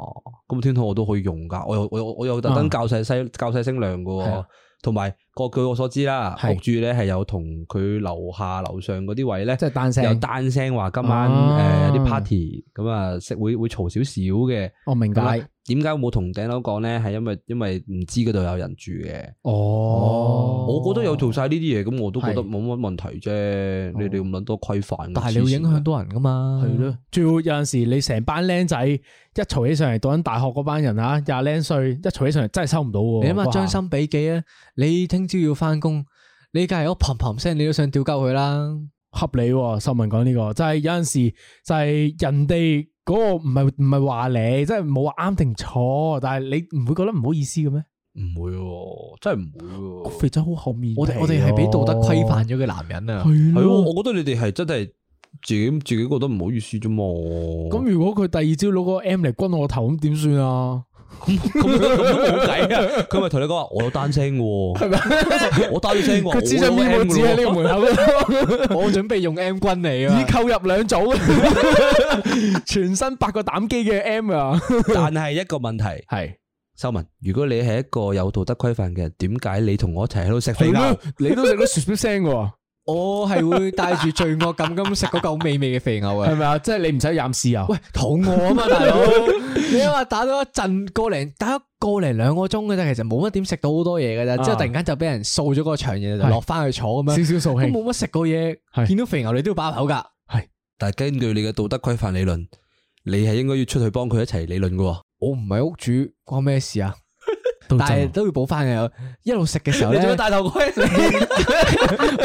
[SPEAKER 3] 咁天台我都可以用噶，我有我有我有特登
[SPEAKER 2] 啊
[SPEAKER 3] 教細聲教細聲量噶
[SPEAKER 2] 係
[SPEAKER 3] 喎
[SPEAKER 2] 啊，
[SPEAKER 3] 同埋個據我所知啦，
[SPEAKER 2] 係
[SPEAKER 3] 屋主咧係有同佢樓下樓上嗰啲位咧
[SPEAKER 2] 即係單
[SPEAKER 3] 有
[SPEAKER 2] 聲，
[SPEAKER 3] 單聲話今晚
[SPEAKER 2] 啊
[SPEAKER 3] 誒有啲 party 咁啊，食會會嘈少少嘅。
[SPEAKER 2] 我明
[SPEAKER 3] 咁啊
[SPEAKER 2] 解。
[SPEAKER 3] 點解冇同頂樓講咧？係因為因為唔知嗰度有人住嘅。
[SPEAKER 2] 哦，
[SPEAKER 3] 我覺得有做晒呢啲嘢，咁我都覺
[SPEAKER 2] 係
[SPEAKER 3] 得
[SPEAKER 2] 哦
[SPEAKER 3] 冇乜問題啫。你哋咁撚多規範嘅，
[SPEAKER 1] 但係你會影響
[SPEAKER 3] 到
[SPEAKER 1] 到人噶嘛？
[SPEAKER 2] 係咯，仲要有陣時你成班僆仔一嘈起上嚟，到緊大學嗰班人啊，廿零歲一嘈起上嚟真係收唔到喎。
[SPEAKER 1] 你諗下
[SPEAKER 2] 哇
[SPEAKER 1] 將心比己啊！你聽朝要翻工，你隔離屋砰砰聲，你都想屌鳩佢啦。
[SPEAKER 2] 合理喎，秀文講呢個，就係有陣時就係人哋嗰個唔係唔係話你，即係冇話啱定錯，但係你唔會覺得唔好意思嘅咩？
[SPEAKER 3] 唔會喎，真係唔會喎。
[SPEAKER 2] 肥仔好厚面皮喎，
[SPEAKER 1] 我哋我哋係俾道德規範咗嘅男人啊！
[SPEAKER 2] 係
[SPEAKER 3] 系
[SPEAKER 2] 咯。
[SPEAKER 3] 我覺得你哋係真係自己自己覺得唔好意思啫嘛。
[SPEAKER 2] 咁如果佢第二朝攞個 M 嚟轟我頭，咁點算啊？
[SPEAKER 3] 咁咁都冇計啊！佢咪同你講話，我有單聲喎，係咪？ 我單聲喎，
[SPEAKER 2] 佢指咗
[SPEAKER 3] 我有
[SPEAKER 2] 邊個
[SPEAKER 3] M
[SPEAKER 2] 指喺呢
[SPEAKER 3] 㗎
[SPEAKER 2] 個
[SPEAKER 3] 喎
[SPEAKER 2] 門口嗰度？
[SPEAKER 1] 我準備用 M 軍你
[SPEAKER 2] 已
[SPEAKER 1] 啊！
[SPEAKER 2] 購入兩組， 全身八個膽機嘅 M 啊，
[SPEAKER 3] 但係一個問題，
[SPEAKER 2] 係
[SPEAKER 3] 修文，如果你係一個有道德規範嘅人，點解你同我一齊喺度食肥
[SPEAKER 2] 係
[SPEAKER 3] 牛？
[SPEAKER 2] 咯，你 都食到雪雪聲嘅喎，
[SPEAKER 1] 我係會帶住罪惡感咁食嗰嚿美味嘅肥牛啊！
[SPEAKER 2] 係咪啊？即係你唔使飲豉油，
[SPEAKER 1] 喂，肚餓啊嘛，大佬！你諗下打咗一陣個零，打咗個零兩個鐘嘅啫，其實冇乜點食到好多嘢嘅啫，之後突然間就俾人掃咗個場，然後就
[SPEAKER 2] 啊係
[SPEAKER 1] 落翻去坐咁樣，
[SPEAKER 2] 少掃
[SPEAKER 1] 都冇乜食過嘢，
[SPEAKER 2] 係
[SPEAKER 1] 見到肥牛你都要把口噶。
[SPEAKER 3] 但係根據你嘅道德規範理論，你係應該要出去幫佢一齊理論嘅喎。
[SPEAKER 1] 我唔係屋主，關咩事啊？
[SPEAKER 2] 但
[SPEAKER 1] 但係都要補翻嘅，一路食嘅時候咧，
[SPEAKER 3] 戴頭盔？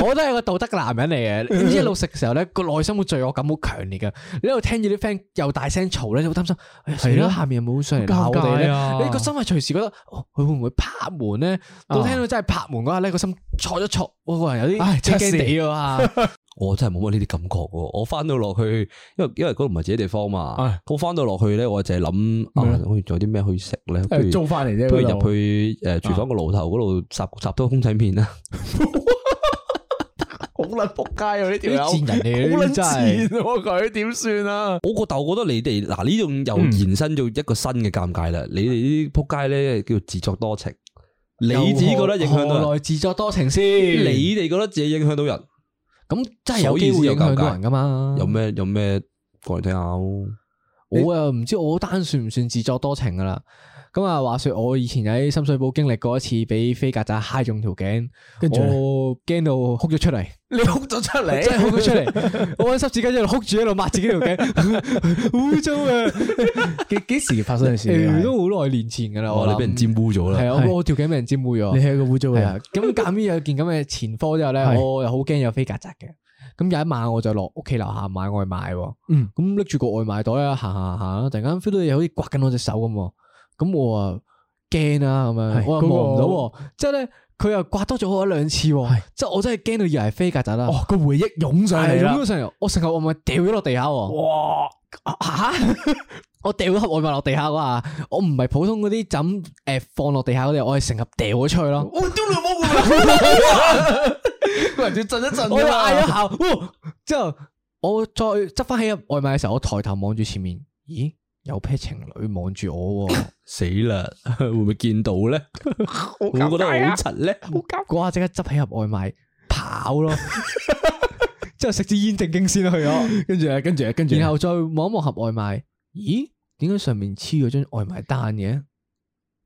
[SPEAKER 1] 我都係個道德男人嚟嘅。一路食嘅時候咧，個內心嘅罪惡感好強烈嘅。你一路聽住啲 friend 又大聲嘈咧，你好擔心，哎呀死
[SPEAKER 2] 係
[SPEAKER 1] 啦，
[SPEAKER 2] 啊
[SPEAKER 1] 下面有冇上嚟鬧
[SPEAKER 2] 好
[SPEAKER 1] 我
[SPEAKER 2] 尷
[SPEAKER 1] 哋咧
[SPEAKER 2] 尬？啊！
[SPEAKER 1] 你個心係隨時覺得，哦佢會唔會拍門咧？到
[SPEAKER 2] 啊
[SPEAKER 1] 聽到真係拍門嗰下咧，個心挫一挫，我個人有啲
[SPEAKER 2] 唉
[SPEAKER 1] 驚
[SPEAKER 2] 測
[SPEAKER 1] 驚
[SPEAKER 2] 試
[SPEAKER 1] 地喎。
[SPEAKER 3] 我真係冇乜呢啲感覺喎。我翻到落去，因為因為嗰度唔係自己地方嘛
[SPEAKER 2] 啊，
[SPEAKER 3] 我翻到落去咧，我就係諗啊，
[SPEAKER 2] 咩
[SPEAKER 3] 我仲有啲咩可以食咧？不
[SPEAKER 2] 誒
[SPEAKER 3] 如
[SPEAKER 2] 租翻嚟啫，
[SPEAKER 3] 不如
[SPEAKER 2] 嗰
[SPEAKER 3] 入
[SPEAKER 2] 度
[SPEAKER 3] 去诶廚房個爐頭嗰度烚烚多公仔啊面啦。
[SPEAKER 2] 好撚仆街啊！呢條友
[SPEAKER 1] 啲賤人嚟嘅
[SPEAKER 2] 好撚
[SPEAKER 1] 真係
[SPEAKER 2] 賤 喎佢點算啊？
[SPEAKER 3] 我個但我覺得你哋嗱呢種又
[SPEAKER 2] 嗯
[SPEAKER 3] 延伸到一個新嘅尷尬啦。你哋呢啲仆街咧叫自作多情，你
[SPEAKER 1] 又
[SPEAKER 3] 自己覺得影響
[SPEAKER 1] 何
[SPEAKER 3] 到人，
[SPEAKER 1] 來自作多情先？
[SPEAKER 3] 你哋覺得自己影響到人，
[SPEAKER 1] 咁真係有機會影響到人噶嘛？
[SPEAKER 3] 有？咩有咩講嚟聽下。
[SPEAKER 1] 我又唔知我嗰單算唔算自作多情噶啦。咁啊，話說我以前喺深水埗經歷過一次俾飛曱甴揩中條頸，
[SPEAKER 2] 跟住呢
[SPEAKER 1] 我驚到哭咗出嚟，
[SPEAKER 2] 你哭咗出 嚟，
[SPEAKER 1] 真係哭咗出嚟。我揾濕紙巾一路哭住喺度抹自己條 頸， 污糟啊！
[SPEAKER 2] 幾幾時發生嘅事
[SPEAKER 1] 誒
[SPEAKER 2] 啊？
[SPEAKER 1] 都好耐年前噶啦，我
[SPEAKER 3] 哦，你俾人
[SPEAKER 1] 諗
[SPEAKER 3] 沾污咗
[SPEAKER 1] 係
[SPEAKER 3] 啦。
[SPEAKER 1] 啊，我我條頸俾人沾污咗。
[SPEAKER 2] 你係一個污糟嘅
[SPEAKER 1] 係
[SPEAKER 2] 人
[SPEAKER 1] 啊，，咁鑑於有件咁嘅前科之後咧，
[SPEAKER 2] 係
[SPEAKER 1] 我又好驚有飛曱甴嘅。咁有一晚我就落屋企樓下買外賣喎，
[SPEAKER 2] 嗯
[SPEAKER 1] 咁拎住個外賣袋啊，行行行啦，突然間 feel 到嘢好似刮緊我隻手咁喎，咁我啊驚啦咁樣，
[SPEAKER 2] 係
[SPEAKER 1] 我又望唔到喎
[SPEAKER 2] 嗰，
[SPEAKER 1] 即係咧佢又刮多咗我一兩次喎
[SPEAKER 2] 係，
[SPEAKER 1] 即係我真係驚到以為係飛曱甴啦，
[SPEAKER 2] 哦個回憶湧上
[SPEAKER 1] 係
[SPEAKER 2] 嚟
[SPEAKER 1] 咁
[SPEAKER 2] 啦
[SPEAKER 1] 樣，上嚟，我成個外賣掉咗落地下喎。
[SPEAKER 2] 哇！
[SPEAKER 1] 吓！我掉咗盒外賣落地下嗰下，我唔係普通嗰啲就咁誒放落地下嗰啲，我係成盒掉咗出去咯。
[SPEAKER 2] 我丟你冇個人要震一震
[SPEAKER 1] 我又
[SPEAKER 2] à.
[SPEAKER 1] 嗌咗下，哇之後我再執翻起外賣嘅時候，我抬頭望住前面，咦，有 pair 情侶望住我 喎，
[SPEAKER 3] 死啦， 會唔會見到咧？會唔會覺得我好柒咧？
[SPEAKER 1] 嗰下即刻執起盒外賣跑 咯，之後食支煙正經先啦去咗，
[SPEAKER 2] 跟住咧，跟住咧，跟住呢，
[SPEAKER 1] 然後再望一望盒外賣，咦，點解上面黐咗張外賣單嘅？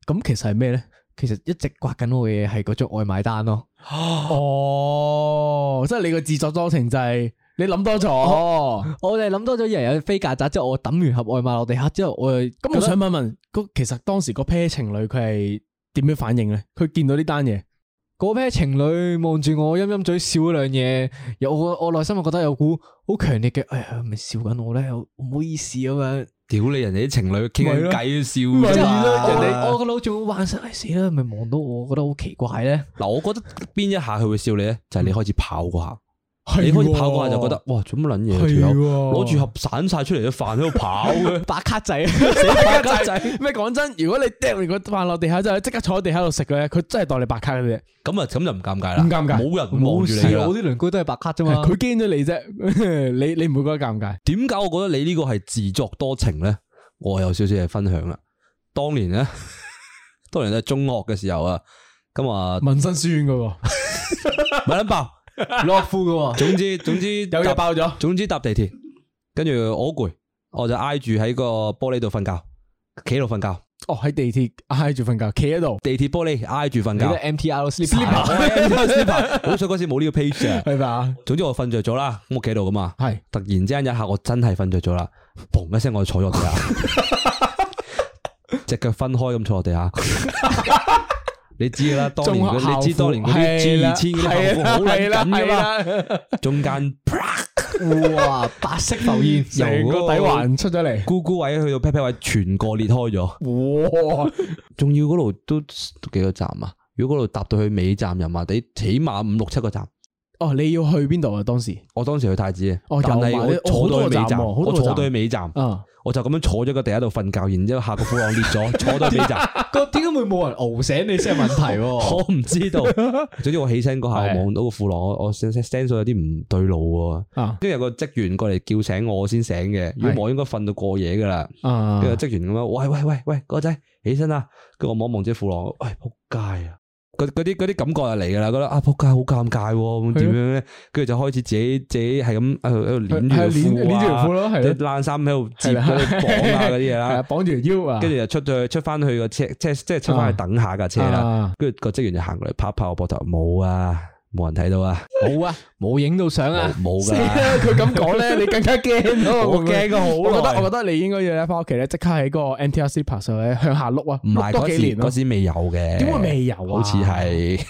[SPEAKER 2] 咁其實係咩咧？
[SPEAKER 1] 其實一直刮緊我嘅嘢係嗰張外賣單咯。
[SPEAKER 2] 哦，即係你個自作多情就係你諗多咗。
[SPEAKER 1] 我哋諗多咗，以為有飛曱甴之後，我抌完盒外賣落地下之後，我又
[SPEAKER 2] 咁我
[SPEAKER 1] 覺得
[SPEAKER 2] 想問問，嗰其實當時個 pair 情侶佢係點樣反應咧？佢見到呢單嘢，
[SPEAKER 1] 嗰 pair 情侶望住我陰陰嘴笑嗰兩嘢，有我我內心我覺得有股好強烈嘅，哎呀，係咪笑緊我咧，好唔好意思咁樣。
[SPEAKER 3] 屌你，人哋啲情侶傾緊偈
[SPEAKER 2] 咪
[SPEAKER 3] 都
[SPEAKER 2] 係
[SPEAKER 3] 笑
[SPEAKER 2] 啊
[SPEAKER 3] 啫
[SPEAKER 2] 咯
[SPEAKER 3] 嘛。
[SPEAKER 2] 人
[SPEAKER 3] 人
[SPEAKER 2] 哋
[SPEAKER 3] 哋
[SPEAKER 1] 我我個腦仲會幻想，哎死啦，係咪望到我覺得好奇怪咧。
[SPEAKER 3] 嗱，我覺得邊一下佢會笑你咧，就係你開始跑嗰下。你開始跑嗰下就 覺得哇，做乜撚嘢啊？條友攞住盒散晒出嚟嘅飯喺度
[SPEAKER 1] ，
[SPEAKER 3] 跑嘅
[SPEAKER 1] 白卡仔，
[SPEAKER 2] 白卡仔。咩講真，如果你掟完個飯落地下之後，即刻坐喺地下度食嘅咧，佢真係當你白卡嘅啫。
[SPEAKER 3] 咁啊咁就唔尷尬啦，
[SPEAKER 2] 唔尷尬
[SPEAKER 3] 冇人望
[SPEAKER 1] 冇
[SPEAKER 3] 住
[SPEAKER 1] 事
[SPEAKER 3] 你
[SPEAKER 1] 啊，
[SPEAKER 3] 啦
[SPEAKER 1] 我。啲鄰居都係白卡啫嘛。
[SPEAKER 2] 佢驚咗你啫， 你你唔會覺得尷尬？
[SPEAKER 3] 點解我覺得你呢個係自作多情咧？我有少少嘢分享啦。當年咧， 當年咧中學嘅時候啊，咁啊
[SPEAKER 2] 紋身書院嗰個
[SPEAKER 3] 咪撚爆。
[SPEAKER 1] 落褲嘅喎，
[SPEAKER 3] 總之 總之有
[SPEAKER 2] 有嘢爆咗。
[SPEAKER 3] 總之搭地鐵，跟住我好攰，我就挨住喺個玻璃度瞓覺，企喺度瞓覺，
[SPEAKER 2] 哦，喺地鐵挨住瞓覺，企喺度，
[SPEAKER 3] 地鐵玻璃挨住瞓
[SPEAKER 1] 你都
[SPEAKER 3] 覺。
[SPEAKER 1] MTR sleeper，
[SPEAKER 3] 好彩嗰時冇呢個 page 啊。
[SPEAKER 2] 係嘛？
[SPEAKER 3] 總之我瞓着咗啦，咁我企喺度噶嘛，
[SPEAKER 2] 係
[SPEAKER 3] 突然之間有一下我真係瞓着咗啦，砰一聲我就坐咗落地下， 只腳分開咁坐落地下。 你知㗎啦，當年
[SPEAKER 2] 中學校
[SPEAKER 3] 嗰你知
[SPEAKER 2] 服
[SPEAKER 3] 當年嗰啲 G
[SPEAKER 2] 係
[SPEAKER 3] 二
[SPEAKER 2] 啦
[SPEAKER 3] 千嗰啲校服好撚
[SPEAKER 2] 係啦
[SPEAKER 3] 緊㗎啦，
[SPEAKER 2] 係啦
[SPEAKER 3] 中間
[SPEAKER 1] 哇，白色浮現，
[SPEAKER 3] 由
[SPEAKER 2] 成個底環出咗嚟。
[SPEAKER 3] 咕咕位去到 pat pat 位全個裂開咗。
[SPEAKER 2] 哇！
[SPEAKER 3] 仲要嗰度都都幾個站啊？如果嗰度搭到去尾站油麻地，起碼五六七個站。
[SPEAKER 2] 哦，你要去邊度啊？當時
[SPEAKER 3] 我當時去太子嘅，
[SPEAKER 2] 哦
[SPEAKER 3] 但係
[SPEAKER 2] 油麻地
[SPEAKER 3] 我坐
[SPEAKER 2] 哦
[SPEAKER 3] 到去尾
[SPEAKER 2] 好多個站
[SPEAKER 3] 站，
[SPEAKER 2] 喎好多
[SPEAKER 3] 我
[SPEAKER 2] 個
[SPEAKER 3] 坐
[SPEAKER 2] 站
[SPEAKER 3] 到去尾站，
[SPEAKER 2] 啊，
[SPEAKER 3] 我就咁樣坐咗個地喺度瞓覺，然之後下個褲浪裂咗，坐到去 尾站，
[SPEAKER 1] 個點解會冇人熬醒你先係問題喎？
[SPEAKER 3] 我唔知道。 總之我起身嗰下，
[SPEAKER 2] 係
[SPEAKER 3] 我望到個褲浪，我我 sense sense 到有啲唔對路喎。
[SPEAKER 2] 啊
[SPEAKER 3] 跟住有個職員過嚟叫醒我，我先醒嘅。如
[SPEAKER 2] 係
[SPEAKER 3] 果我應該瞓到過夜噶啦。
[SPEAKER 2] 啊
[SPEAKER 3] 跟住職員咁樣，喂喂喂喂，哥仔起身啦！跟住我望一望隻褲浪，喂仆街啊！嗰嗰啲嗰啲感覺就嚟噶啦，覺得啊仆街好尷尬喎，咁點樣咧？跟住就開始自己自己係咁喺度
[SPEAKER 2] 係
[SPEAKER 3] 喺度攣住條
[SPEAKER 2] 係攣攣住
[SPEAKER 3] 褲
[SPEAKER 2] 條褲
[SPEAKER 3] 啊，
[SPEAKER 2] 咯，
[SPEAKER 3] 即
[SPEAKER 2] 係
[SPEAKER 3] 係
[SPEAKER 2] 咯，
[SPEAKER 3] 冷衫喺度接
[SPEAKER 2] 係啦
[SPEAKER 3] 嗰啲綁啊嗰啲嘢
[SPEAKER 2] 係啊，
[SPEAKER 3] 啦，
[SPEAKER 2] 綁住條腰啊，
[SPEAKER 3] 跟住就出咗去出翻去個車車即係出翻去等下架車啦。
[SPEAKER 2] 啊，
[SPEAKER 3] 跟住個職員就行過嚟拍一拍我膊頭，冇啊，冇人睇到啊，
[SPEAKER 1] 冇啊，冇影到相啊
[SPEAKER 3] 冇。冇
[SPEAKER 2] 死
[SPEAKER 3] 㗎啦。
[SPEAKER 2] 啦！佢咁講咧，你更加驚咯。
[SPEAKER 3] 我驚啊咗好
[SPEAKER 2] 我覺
[SPEAKER 3] 耐
[SPEAKER 2] 得我覺得你應該要咧翻屋企咧，即刻喺嗰個 MTR C 拍上咧向下碌啊，
[SPEAKER 3] 唔
[SPEAKER 2] 碌
[SPEAKER 3] 係
[SPEAKER 2] 多
[SPEAKER 3] 嗰
[SPEAKER 2] 幾
[SPEAKER 3] 時
[SPEAKER 2] 年咯
[SPEAKER 3] 嗰。時未有嘅，
[SPEAKER 2] 點會未有啊？
[SPEAKER 3] 好似係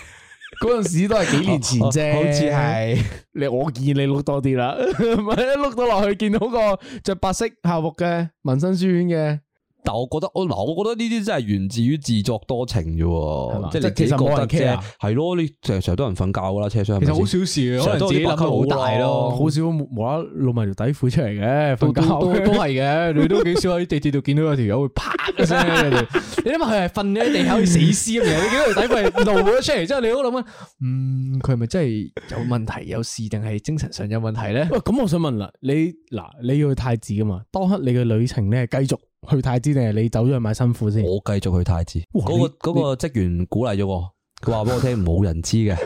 [SPEAKER 2] 嗰陣時都係幾年前啫，
[SPEAKER 3] 好似係。
[SPEAKER 2] 你我建議你碌多啲 啦，咪一碌到落去見到個着白色校服嘅民生書院嘅，
[SPEAKER 3] 但我覺得我嗱，我覺得呢啲真係源自於自作多情啫
[SPEAKER 2] 係嘛
[SPEAKER 3] 喎，即
[SPEAKER 2] 即
[SPEAKER 3] 係你
[SPEAKER 2] 係
[SPEAKER 3] 自己
[SPEAKER 2] 其實冇
[SPEAKER 3] 覺得
[SPEAKER 2] 人 care
[SPEAKER 3] 啫
[SPEAKER 2] 啊，
[SPEAKER 3] 係咯，你成成日都有人瞓覺噶啦，車廂係
[SPEAKER 1] 其
[SPEAKER 3] 咪
[SPEAKER 1] 實好
[SPEAKER 3] 先
[SPEAKER 1] 小事嘅，可
[SPEAKER 3] 成
[SPEAKER 1] 能
[SPEAKER 3] 日都
[SPEAKER 1] 自
[SPEAKER 3] 有
[SPEAKER 1] 己
[SPEAKER 3] 啲
[SPEAKER 1] 諗
[SPEAKER 3] 北
[SPEAKER 1] 到
[SPEAKER 3] 溝
[SPEAKER 1] 好大
[SPEAKER 3] 佬
[SPEAKER 1] 咯，
[SPEAKER 2] 好少無無啦啦露埋條底褲出嚟嘅，
[SPEAKER 1] 都
[SPEAKER 2] 瞓
[SPEAKER 1] 都都
[SPEAKER 2] 覺
[SPEAKER 1] 都係嘅， 你都幾少喺地鐵度見到有條友會啪一聲喺度， 你諗下佢係瞓咗喺地下好似死屍咁樣，你見到條底褲係露咗出嚟之後，你都諗緊，嗯，佢係咪真係有問題、有事定係精神上有問題咧？
[SPEAKER 2] 喂，咁我想問啦，你嗱你要去太子噶嘛？當刻你嘅旅程咧，繼續去太子定係你走咗去買新褲先？
[SPEAKER 3] 我繼續去太子，
[SPEAKER 2] 哇
[SPEAKER 3] 嗰
[SPEAKER 2] 你
[SPEAKER 3] 個嗰個職員鼓勵咗我，佢話俾我聽冇人知嘅，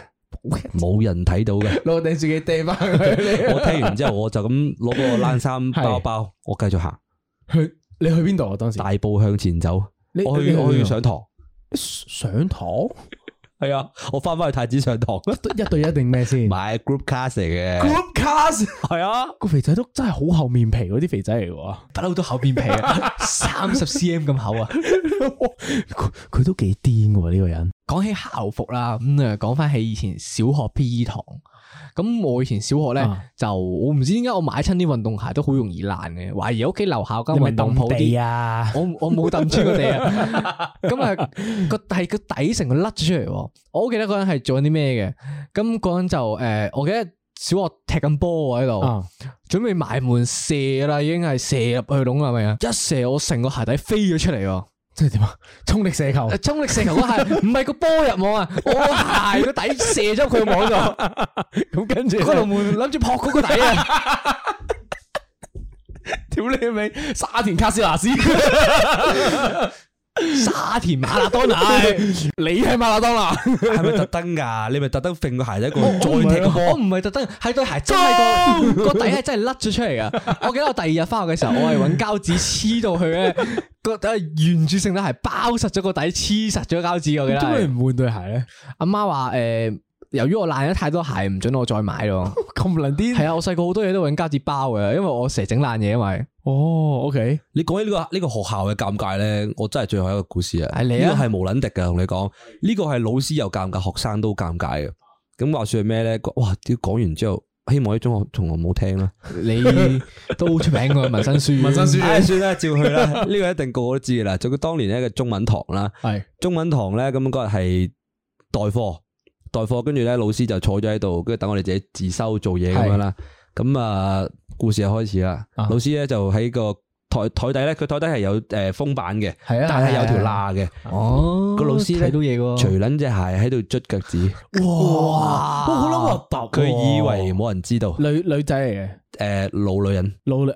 [SPEAKER 3] 冇人睇到嘅。
[SPEAKER 2] 攞定自己掟翻佢。
[SPEAKER 3] 我聽完之後我就咁攞個冷衫包包，我繼續行，
[SPEAKER 2] 去你去邊度啊？當時
[SPEAKER 3] 大步向前走。
[SPEAKER 1] 哎
[SPEAKER 2] 你
[SPEAKER 3] 我去
[SPEAKER 2] 你
[SPEAKER 3] 我
[SPEAKER 2] 邊
[SPEAKER 3] 去
[SPEAKER 2] 度啊
[SPEAKER 3] 上堂，
[SPEAKER 2] 上堂，
[SPEAKER 3] 係啊，我翻返去太子 上堂，
[SPEAKER 2] 一對一定咩 先
[SPEAKER 3] 買 group class 嚟嘅，
[SPEAKER 2] ？Group class
[SPEAKER 3] 係啊。
[SPEAKER 2] 個肥仔都真係好厚面皮嗰啲肥仔嚟嘅喎。
[SPEAKER 1] 不嬲都厚 面皮啊，三十 cm 咁厚啊！
[SPEAKER 2] 佢佢都幾癲喎呢個人，
[SPEAKER 1] 講起校服啦，咁啊講翻起以前小學 P.E. 堂，咁我以前小學咧、
[SPEAKER 2] 啊
[SPEAKER 1] 就我唔知點解我買親啲運動鞋都好容易爛嘅，懷疑屋企樓下間
[SPEAKER 2] 你咪
[SPEAKER 1] 運動鋪
[SPEAKER 2] 抌
[SPEAKER 1] 啲
[SPEAKER 2] 地啊！
[SPEAKER 1] 我我冇抌穿個地 啊，咁啊個係個底成個甩咗出嚟喎。我好記得嗰陣係做緊啲咩嘅，咁嗰陣就誒、呃我記得小學踢緊波喎喺度，
[SPEAKER 2] 啊
[SPEAKER 1] 準備埋門射啦，已經係射入去籠啦，係咪啊？一射我成個鞋底飛咗出嚟喎。
[SPEAKER 2] 即係點啊？ 衝力射球
[SPEAKER 1] 誒，衝力射球 嗰鞋唔係個波入網啊，我個鞋個底射咗入佢個網度，
[SPEAKER 2] 咁跟住
[SPEAKER 1] 嗰度門諗住撲嗰個底啊！
[SPEAKER 2] 屌你咪沙田卡斯拿斯，
[SPEAKER 1] 沙田馬拉多拿，
[SPEAKER 2] 你係馬拉當拿，
[SPEAKER 3] 系咪特登噶？你咪特登揈個鞋底個
[SPEAKER 1] 我哦唔
[SPEAKER 3] 再
[SPEAKER 1] 係啊
[SPEAKER 3] 踢個
[SPEAKER 1] 我
[SPEAKER 3] 波，
[SPEAKER 1] 唔係特登，係對鞋真係個個底係真係甩咗出嚟噶。 我記得我第二日翻學嘅時候，我係揾膠紙黐到佢咧，個底沿住成對鞋包實咗個底，黐實咗膠紙。我記得
[SPEAKER 2] 點解
[SPEAKER 1] 係
[SPEAKER 2] 唔換對鞋咧？
[SPEAKER 1] 阿媽話誒，由於我爛咗太多鞋，唔准我再買咯。
[SPEAKER 2] 咁撚癲
[SPEAKER 1] 係啊，我細個好多嘢都揾膠紙包嘅，因為我成日整爛嘢，啊因為。
[SPEAKER 2] 哦，OK，
[SPEAKER 3] 你講起呢個呢個學校嘅尷尬咧，我真係最後一個故事啊！
[SPEAKER 1] 係你
[SPEAKER 3] 呢
[SPEAKER 1] 啊
[SPEAKER 3] 個係無撚敵嘅，同你講，呢個係老師又尷尬，學生都尷尬嘅。咁話說係咩咧？哇！屌講完之後，希望啲中學同學冇聽啦。
[SPEAKER 1] 你都好出名嘅紋身書，
[SPEAKER 2] 紋身書
[SPEAKER 3] 唉，算啦，照去啦。 呢個一定個個都知嘅啦。就佢當年咧嘅中文堂啦，
[SPEAKER 2] 係
[SPEAKER 3] 中文堂咧咁嗰日係代課，代課跟住咧老師就坐咗喺度，跟住等我哋自己自修做嘢咁樣啦。咁啊，故事就開始啦。
[SPEAKER 2] 啊
[SPEAKER 3] 老師咧就喺個台台底咧，佢台底係有誒封板嘅，
[SPEAKER 2] 係啊
[SPEAKER 3] 但係有條
[SPEAKER 2] 係啊
[SPEAKER 3] 罅嘅。
[SPEAKER 1] 哦，
[SPEAKER 3] 個老師咧
[SPEAKER 1] 睇到嘢嘅
[SPEAKER 3] 除
[SPEAKER 1] 喎，
[SPEAKER 3] 撚隻鞋喺度捽腳趾，
[SPEAKER 2] 哇，我好撚核突啊喎，
[SPEAKER 3] 佢以為冇人知道。
[SPEAKER 2] 女女仔嚟嘅，
[SPEAKER 3] 誒呃老女人，
[SPEAKER 2] 老女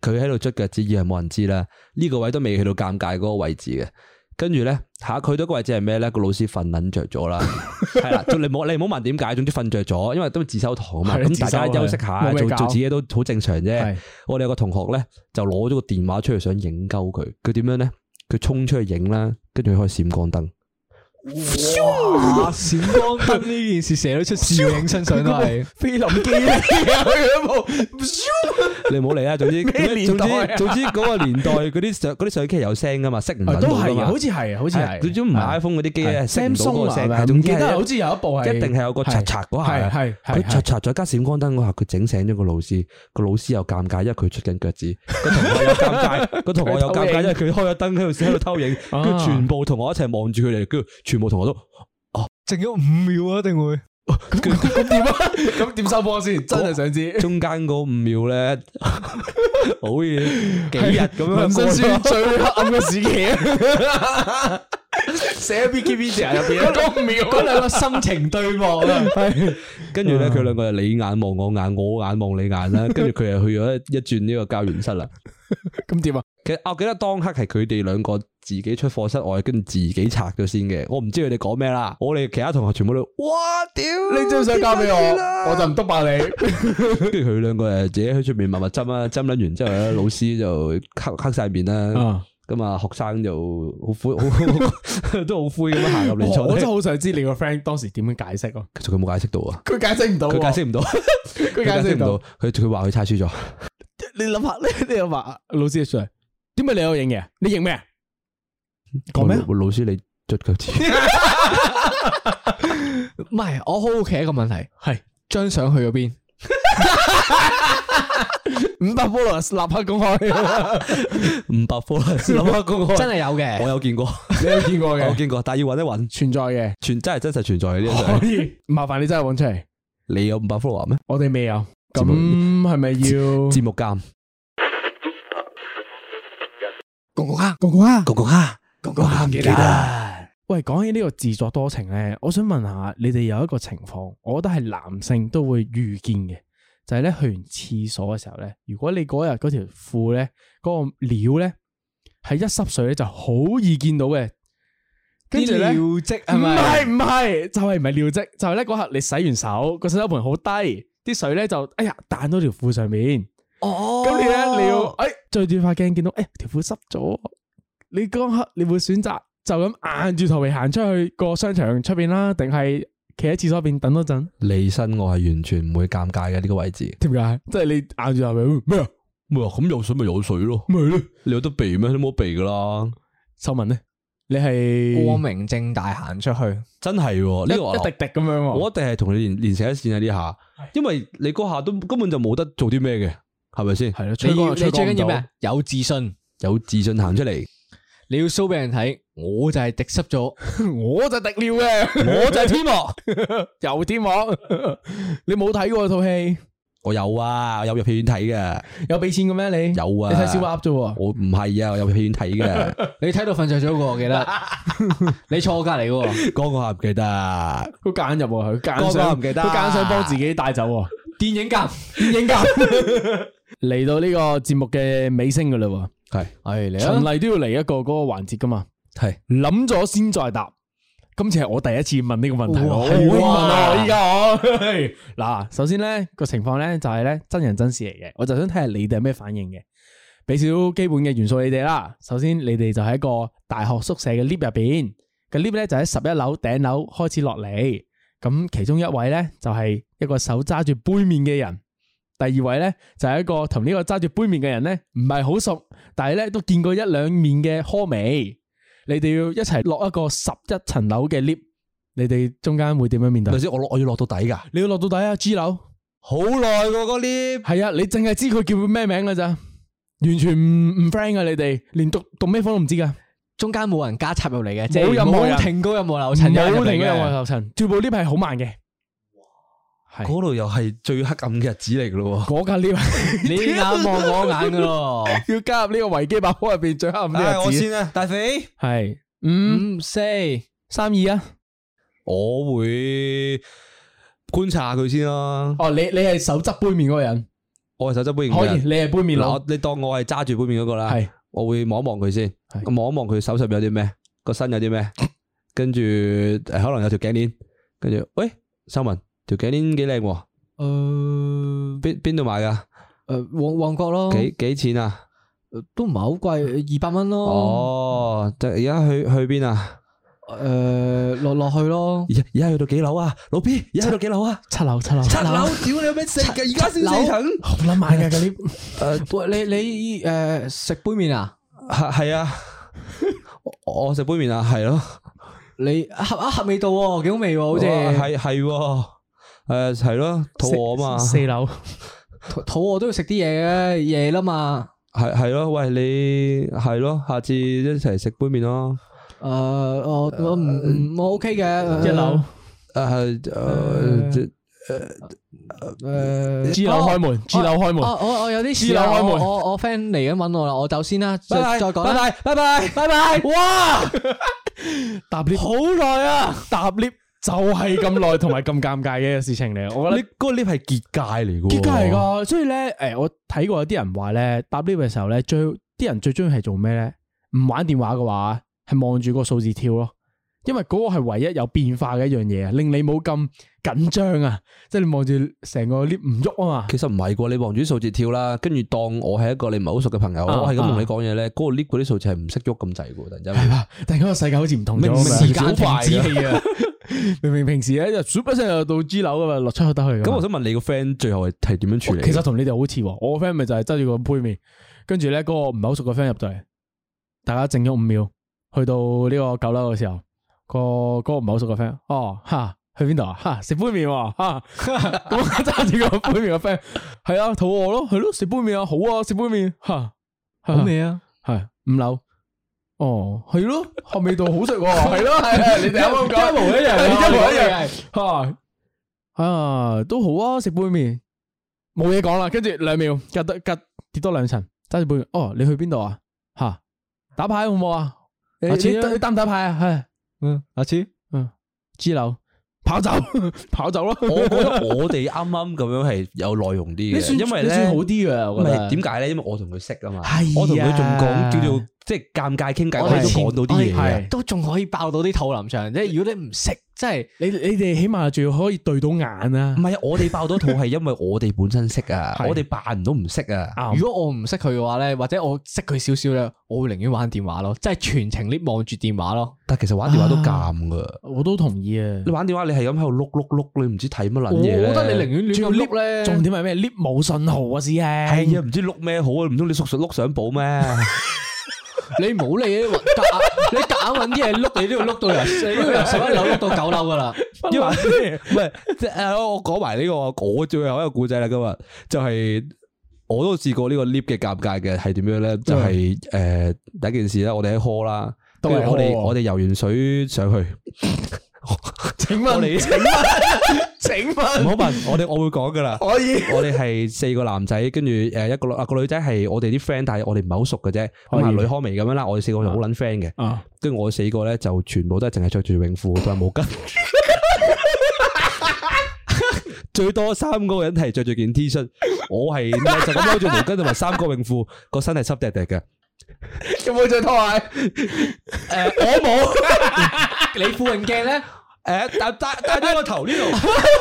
[SPEAKER 3] 佢喺度捽腳趾，以為冇人知啦。呢個位都未去到尷尬嗰個位置嘅。跟住咧，下佢到嗰個位置係咩咧？個老師瞓撚着 咗啦，係啦，就你冇你唔好問點解，總之瞓着咗，因為都自修堂啊嘛，
[SPEAKER 2] 係
[SPEAKER 3] 咁
[SPEAKER 2] 自
[SPEAKER 3] 大家
[SPEAKER 2] 修
[SPEAKER 3] 休息
[SPEAKER 2] 係
[SPEAKER 3] 下，
[SPEAKER 2] 冇咩
[SPEAKER 3] 做
[SPEAKER 2] 搞
[SPEAKER 3] 做自己都好正常啫。
[SPEAKER 2] 係
[SPEAKER 3] 我哋有個同學咧，就攞咗個電話出去想影鳩佢，佢點樣咧？佢衝出去影啦，跟住開閃光燈，
[SPEAKER 1] 哇，閃光燈呢件事成日都出事，影身上都係
[SPEAKER 2] 菲林機嚟嘅佢部，
[SPEAKER 3] 你唔好理 啦。總之
[SPEAKER 2] 年
[SPEAKER 3] 總
[SPEAKER 2] 代啊
[SPEAKER 3] 之總之嗰個年代嗰啲相嗰啲相機係有聲噶嘛，識唔
[SPEAKER 2] 啊
[SPEAKER 3] 揾
[SPEAKER 2] 都
[SPEAKER 3] 到
[SPEAKER 2] 係
[SPEAKER 3] 㗎
[SPEAKER 2] 啊，
[SPEAKER 3] 嘛
[SPEAKER 2] 好。似係啊，好似係，
[SPEAKER 3] 佢都唔係 iPhone 嗰啲機咧，識唔到嗰個聲，係
[SPEAKER 2] 唔
[SPEAKER 3] 總之
[SPEAKER 2] 記得
[SPEAKER 3] 係
[SPEAKER 2] 好似有一部係
[SPEAKER 3] 一定係有個刷刷嗰下
[SPEAKER 2] 係
[SPEAKER 3] 嘅，
[SPEAKER 2] 係係
[SPEAKER 3] 佢刷刷再加閃光燈嗰下，佢整醒咗個老師，個老師又尷尬，因為佢出緊腳趾，個同學又尷尬，個同學又尷尬，因為佢開咗燈喺度喺度偷影，
[SPEAKER 2] 啊
[SPEAKER 3] 跟住全部同學一齊望住佢哋，跟住全部同學都
[SPEAKER 1] 剩咗五秒啊，一定會
[SPEAKER 2] 咁點啊？ 咁點收波先？真係想知。
[SPEAKER 3] 中間嗰五秒咧，好嘢， 幾日咁樣過
[SPEAKER 2] 紋身書
[SPEAKER 3] 咗。
[SPEAKER 2] 最黑暗嘅時期 啊！寫喺 Wikipedia 入邊嗰秒，嗰兩個心情對望啊！
[SPEAKER 3] 跟住咧，佢兩個就你眼望我眼，我眼望你眼啦。跟住佢又去咗一一轉呢個教員室啦。
[SPEAKER 2] 咁點啊？
[SPEAKER 3] 其實我記得當刻係佢哋兩個自己出課室外，跟住自己拆咗先嘅。我唔知佢哋講咩啦。我哋其他同學全部都哇屌！
[SPEAKER 2] 你張相交俾
[SPEAKER 3] 點解你
[SPEAKER 2] 我，
[SPEAKER 3] 啦
[SPEAKER 2] 我就唔督爆你。
[SPEAKER 3] 跟住佢兩個誒自己喺出面默默針啦，針撚完之後咧，老師就黑黑晒面啦。
[SPEAKER 2] 啊！
[SPEAKER 3] 咁啊，學生就好灰，好都好灰咁樣行入嚟坐
[SPEAKER 2] 我
[SPEAKER 3] 低。
[SPEAKER 2] 真係好想知你個 friend 當時點樣解釋咯。
[SPEAKER 3] 其實佢冇解釋到啊，
[SPEAKER 2] 佢解釋唔到，
[SPEAKER 3] 佢解釋唔到，
[SPEAKER 2] 釋，
[SPEAKER 3] 佢
[SPEAKER 2] 佢解
[SPEAKER 3] 解釋
[SPEAKER 2] 釋
[SPEAKER 3] 唔
[SPEAKER 2] 唔
[SPEAKER 3] 到
[SPEAKER 2] 到。。
[SPEAKER 3] 佢佢話佢猜輸咗。
[SPEAKER 2] 你諗下 咧，你又話老師 Sir，點解你有影嘅？你影咩？啊講咩？
[SPEAKER 3] 老師你捽腳趾。
[SPEAKER 1] 唔係？我好好奇一個問題，
[SPEAKER 2] 係
[SPEAKER 1] 張相去咗邊？
[SPEAKER 2] 五百 followers 立刻公开，
[SPEAKER 3] 五百 follow 諗下嗰個
[SPEAKER 1] 真係有嘅
[SPEAKER 3] 我有 見過，
[SPEAKER 2] 你有见过
[SPEAKER 3] 我有
[SPEAKER 2] 嘅？
[SPEAKER 3] 見過，但係要揾一揾，
[SPEAKER 2] 存在嘅，
[SPEAKER 3] 全真係真實存在嘅呢張相。
[SPEAKER 2] 可以 麻烦你真系揾出嚟，
[SPEAKER 3] 你有五百 follow 咩？
[SPEAKER 2] 我哋未有，咁
[SPEAKER 3] 節目
[SPEAKER 2] 系咪要？
[SPEAKER 3] 節目監，
[SPEAKER 4] 公公啊，
[SPEAKER 2] 公公啊！
[SPEAKER 3] 公公啊，公公啊，唔記得。
[SPEAKER 2] 喂，講起呢個自作多情咧，我想問下你哋有一個情況，我覺得係男性都會遇見嘅，就係咧去完廁所嘅時候咧，如果你嗰日嗰條褲咧，嗰、個料咧係一濕水咧，就好易見到嘅。跟住咧，唔
[SPEAKER 1] 迹
[SPEAKER 2] 係唔係，就係唔係尿跡，就係咧嗰刻你洗完手，個洗手盆好低，啲水咧就哎呀彈到條褲上面。
[SPEAKER 1] 哦
[SPEAKER 2] 咁你咧，你要哎诶最短塊鏡見到哎诶條褲濕咗，你嗰刻你會選擇就咁硬住頭皮行出去個商場出边啦，定係企喺廁所入边等多陣？
[SPEAKER 3] 你身我係完全唔會尷尬嘅呢個位置。
[SPEAKER 2] 點解？ 即係你硬住頭皮嗯咩啊？
[SPEAKER 3] 咩啊？咁有水咪有水咯，
[SPEAKER 2] 咪咯，
[SPEAKER 3] 你有得避咩？你冇避噶啦，
[SPEAKER 2] 秀文咧，你係
[SPEAKER 1] 光明正大行出去，
[SPEAKER 3] 真係喎
[SPEAKER 2] 一
[SPEAKER 3] 呢個我
[SPEAKER 2] 一滴滴咁樣喎。
[SPEAKER 3] 我一定係同你連連成一線啊！呢下，因為你嗰下都根本就冇得做啲咩嘅，係咪先？
[SPEAKER 2] 係咯，
[SPEAKER 1] 你
[SPEAKER 2] 吹
[SPEAKER 1] 要
[SPEAKER 2] 乾
[SPEAKER 1] 你最緊要咩啊？？有自信，
[SPEAKER 3] 有自信行出嚟，
[SPEAKER 1] 你要 show 俾人睇，我就係滴濕咗，
[SPEAKER 2] 吹乾唔到 我就滴尿嘅，
[SPEAKER 3] 我就係天王。
[SPEAKER 2] 又天網， 你冇睇過套戲？
[SPEAKER 3] 我有啊，我有入戲院睇嘅，
[SPEAKER 2] 有俾錢嘅咩？你
[SPEAKER 3] 有啊
[SPEAKER 2] 你睇小鴨啫喎。
[SPEAKER 3] 我唔係啊，我有入戲院睇 嘅，
[SPEAKER 1] 你睇到瞓着咗個，我記 得，你坐我隔離嘅喎，
[SPEAKER 3] 嗰個唔記得。
[SPEAKER 2] 佢夾硬入喎，佢夾硬
[SPEAKER 3] 個個
[SPEAKER 2] 想
[SPEAKER 3] 唔記得
[SPEAKER 2] 佢夾硬想幫自己帶走喎。
[SPEAKER 1] 電影監，
[SPEAKER 2] 電 影監嚟到呢個節目嘅尾聲噶啦喎，
[SPEAKER 3] 係
[SPEAKER 1] 係你
[SPEAKER 2] 循
[SPEAKER 1] 啊，
[SPEAKER 2] 例都要嚟一個嗰個環節噶嘛，
[SPEAKER 3] 係
[SPEAKER 2] 諗咗先再答。今次係我第一次問呢個問題喎，
[SPEAKER 1] 哇
[SPEAKER 2] 好興奮啊！
[SPEAKER 1] 哇
[SPEAKER 2] 我依家我嗱，首先咧個情況咧就係咧真人真事嚟嘅，我就想睇下你哋有咩反應嘅，俾少少基本嘅元素你哋啦。首先你哋就喺一個大學宿舍嘅 lift 入邊，個 lift 咧就喺十一樓頂樓開始落嚟，咁其中一位咧就係一個手揸住杯麵嘅人。第二位咧就係一個同呢個揸住杯麵嘅人咧唔係好熟，但係咧都見過一兩面嘅柯美。你哋要一齊落一個十一層樓嘅 lift，你哋中間會點樣面
[SPEAKER 3] 咪
[SPEAKER 2] 對？
[SPEAKER 3] 先？我落我要落到底㗎，
[SPEAKER 2] 你要落到底啊，G 樓
[SPEAKER 3] 好耐喎嗰 lift。
[SPEAKER 2] 係啊，你淨係知佢叫咩名噶咋，完全唔唔 friend 噶你哋，連讀讀咩科都唔知噶，
[SPEAKER 1] 中間冇人加插入嚟嘅，即係
[SPEAKER 2] 冇任何人
[SPEAKER 1] 冇停高任何樓層有人入
[SPEAKER 2] 冇
[SPEAKER 1] 嚟
[SPEAKER 2] 停過
[SPEAKER 1] 嘅，
[SPEAKER 2] 樓層，跳部 lift 係好慢嘅，係
[SPEAKER 3] 嗰度又係最黑暗嘅日子嚟噶咯
[SPEAKER 2] 嗰架 lift
[SPEAKER 1] 你眼望我眼嘅咯，
[SPEAKER 2] 要加入呢個維基百科入邊最黑暗
[SPEAKER 3] 喎！
[SPEAKER 2] 嘅日子，
[SPEAKER 3] 啊，大肥，
[SPEAKER 2] 係五
[SPEAKER 1] 五四
[SPEAKER 2] 三二啊！
[SPEAKER 3] 我會觀察下佢先啦。
[SPEAKER 2] 哦，你你系手执杯面嗰個人，
[SPEAKER 3] 我係手執杯麵嘅
[SPEAKER 2] 可以，
[SPEAKER 3] 人
[SPEAKER 2] 你係杯面
[SPEAKER 3] 嗱，
[SPEAKER 2] 佬
[SPEAKER 3] 我，你當我係揸住杯麵嗰個啦。
[SPEAKER 2] 係
[SPEAKER 3] 我會望一望佢先，
[SPEAKER 2] 係
[SPEAKER 3] 咁望一望佢手上面有啲咩，個身有啲咩，跟住誒可能有條頸鏈，跟住喂，秀文條頸鏈幾靚喎，
[SPEAKER 1] 誒
[SPEAKER 3] 邊邊度買噶？
[SPEAKER 1] 誒旺旺角咯，
[SPEAKER 3] 幾幾錢啊？
[SPEAKER 1] 都唔係好貴，二百蚊咯，
[SPEAKER 3] 哦，就而家去去邊啊？
[SPEAKER 1] 誒落落去咯
[SPEAKER 3] 而，家而家去到幾樓啊？老 B，而家去到幾樓啊？
[SPEAKER 2] 七樓七樓
[SPEAKER 3] 七樓，屌你有咩四嘅？而家先四層，
[SPEAKER 2] 好撚慢嘅嗰啲，
[SPEAKER 1] 呃喂你你誒食杯麵啊？
[SPEAKER 3] 係係啊，我我食杯麵啊，係咯，
[SPEAKER 1] 你啊合一合味道喎，幾好味喎，好似
[SPEAKER 3] 啊係係喎，誒係咯，肚餓啊嘛。
[SPEAKER 2] 四樓
[SPEAKER 1] 肚肚餓都要食啲嘢嘅嘢啦嘛。
[SPEAKER 3] 系系咯，喂你系咯，下次一齊食杯麵咯。
[SPEAKER 1] 誒，呃我
[SPEAKER 3] 呃
[SPEAKER 1] 我唔嗯唔我 OK 嘅。呃
[SPEAKER 2] 一樓
[SPEAKER 3] 诶诶，即
[SPEAKER 1] 誒
[SPEAKER 2] ，G 樓開
[SPEAKER 1] 哦
[SPEAKER 2] 門，G 樓開
[SPEAKER 1] 我
[SPEAKER 2] 門，
[SPEAKER 1] 我哦我有啲事啦，
[SPEAKER 2] 二樓開
[SPEAKER 1] 我
[SPEAKER 2] 門
[SPEAKER 1] 我我 friend 嚟緊揾我啦，我走先啦，再
[SPEAKER 3] 拜
[SPEAKER 1] 再
[SPEAKER 3] 拜
[SPEAKER 1] 講
[SPEAKER 3] 拜
[SPEAKER 1] 啦。
[SPEAKER 3] 拜拜拜拜拜。哇，
[SPEAKER 2] 搭 lift 好耐啊，搭 lift 就係咁耐同埋咁尷尬嘅事情嚟，我覺
[SPEAKER 3] 你
[SPEAKER 2] 得。
[SPEAKER 3] 嗰個 lift 係結界嚟嘅，
[SPEAKER 2] 結果嚟。噶，所以咧，诶，我睇過有啲人話咧，搭 lift 嘅時候咧，最啲人最中意係做咩咧？唔玩電話嘅話，係望住個數字跳咯，因為嗰個係唯一有變化嘅一樣嘢啊，令你冇咁緊張啊，即係你望住成個 lift 唔喐啊嘛。
[SPEAKER 3] 其實唔係喎，你望住啲數字跳啦，跟住當我係一個你唔係好熟嘅朋友，
[SPEAKER 2] 啊
[SPEAKER 3] 我係咁同
[SPEAKER 2] 啊
[SPEAKER 3] 你講嘢咧，嗰個 lift 嗰啲數字係唔識喐咁滯嘅喎，突然之
[SPEAKER 2] 係啊
[SPEAKER 3] 間。
[SPEAKER 2] 啦，突然間個世界好似唔同咗啊
[SPEAKER 3] 明
[SPEAKER 2] 咁
[SPEAKER 3] 明
[SPEAKER 2] 樣，
[SPEAKER 3] 時間停止器
[SPEAKER 2] 啊！ 明明平時咧就唰一聲就到 G 樓噶啊嘛，落出去得去㗎嘛。
[SPEAKER 3] 咁我想問你個 friend 最後係係點樣處理？
[SPEAKER 2] 其實同你哋好似喎，我個 friend 咪就係揸住個杯麵，跟住咧嗰個唔係好熟嘅 friend 入到嚟，大家靜咗五秒，去到呢個九樓嘅時候，個嗰、個唔係好熟嘅 friend，哦吓去邊度啊？吓食杯麵喎， 吓咁我揸住個杯麵個 friend，係啊，肚餓咯，係咯，食杯麵啊，好啊，食杯麵吓，
[SPEAKER 1] 好味啊！
[SPEAKER 2] 係五樓。哦，係咯，個味道好食喎，係咯，
[SPEAKER 3] 啊
[SPEAKER 2] 係你哋啱啱講一模一樣
[SPEAKER 1] 啊
[SPEAKER 2] 一模一
[SPEAKER 1] 我哋
[SPEAKER 2] 樣，吓啊都好啊，食杯麵冇嘢講啦，跟住兩秒隔得隔跌多兩層，揸住杯麵，哦，你去邊度啊？吓打牌好唔好啊？你
[SPEAKER 1] 下次
[SPEAKER 2] 你
[SPEAKER 1] 啊
[SPEAKER 2] 你打唔打牌啊？係。
[SPEAKER 1] 嗯，阿超，
[SPEAKER 2] G 樓跑走， 跑走咯。
[SPEAKER 3] 我 覺得我哋啱啱咁樣係有內容啲
[SPEAKER 2] 你算
[SPEAKER 3] 嘅，因為
[SPEAKER 2] 你
[SPEAKER 3] 咧
[SPEAKER 2] 算好啲嘅，
[SPEAKER 3] 唔
[SPEAKER 2] 我覺得
[SPEAKER 3] 係點解咧？因為我同佢識啊嘛，
[SPEAKER 2] 係啊
[SPEAKER 3] 我同佢仲講叫做即係尷尬傾偈，
[SPEAKER 1] 我
[SPEAKER 3] 我哋
[SPEAKER 1] 哋
[SPEAKER 3] 都
[SPEAKER 2] 前
[SPEAKER 3] 講到啲嘢
[SPEAKER 2] 我哋
[SPEAKER 3] 嘅
[SPEAKER 2] 係。
[SPEAKER 1] 啊都仲可以爆到啲肚林場，即係如果你唔識，即係
[SPEAKER 2] 你你哋起碼仲要可以對到眼啊
[SPEAKER 3] 唔。係啊，我哋爆到肚係因為我哋本身識啊，
[SPEAKER 2] 係
[SPEAKER 3] 我哋扮唔到唔識啊。
[SPEAKER 2] 啱
[SPEAKER 1] 如果我唔識佢嘅話咧，或者我識佢少少咧，我會寧願玩電話咯，即係全程 lift 望住電話咯。
[SPEAKER 3] 但其實玩電話都尷噶，
[SPEAKER 2] 我都同意啊
[SPEAKER 3] 你。玩電話你係咁喺度碌碌碌，你唔知睇乜撚
[SPEAKER 1] 我
[SPEAKER 3] 嘢
[SPEAKER 1] 覺得你寧
[SPEAKER 3] 願
[SPEAKER 1] 願亂咁碌咧，
[SPEAKER 2] 重點係咩？lift 冇信號啊，師兄。
[SPEAKER 3] 係啊，唔知碌咩好啊，唔通你縮上碌相簿咩？
[SPEAKER 1] 你唔好理啲雲夾硬，你夾硬揾啲嘢碌，你都要碌到由你都要由十一樓碌到九樓噶啦。
[SPEAKER 3] 因為 唔係即係我講埋呢個，我最後一個故仔啦，今日就係我都試過呢個 lift 嘅尷尬嘅係點樣咧？就係誒第一件事咧，我哋喺 hall 啦，
[SPEAKER 2] 嗯都
[SPEAKER 3] 跟
[SPEAKER 2] 係
[SPEAKER 3] 住我哋
[SPEAKER 2] hall
[SPEAKER 3] 我哋游完水上去，
[SPEAKER 2] 請
[SPEAKER 3] 我哋
[SPEAKER 2] 問， 請問，請
[SPEAKER 3] 唔
[SPEAKER 2] 問，
[SPEAKER 3] 好問， 我哋我會講噶啦。
[SPEAKER 2] 可以
[SPEAKER 3] 我哋係四個男仔，跟住誒一個女啊個女仔係我哋啲 friend，但係我哋唔係好熟嘅啫。咁
[SPEAKER 2] 可
[SPEAKER 3] 啊
[SPEAKER 2] 以
[SPEAKER 3] 女康眉咁樣啦，我哋四個就好撚 friend 嘅。
[SPEAKER 2] 啊？
[SPEAKER 3] 跟住我四個咧就全部都係淨係着住泳褲同 埋毛巾，最多三個人係着住件 T 恤，我係就咁攞住毛巾同埋三個泳褲，個身係濕滴滴嘅。
[SPEAKER 2] 有冇着拖鞋？
[SPEAKER 3] 誒我冇，
[SPEAKER 1] 你副泳鏡咧，
[SPEAKER 3] 誒但戴戴咗個頭呢 度，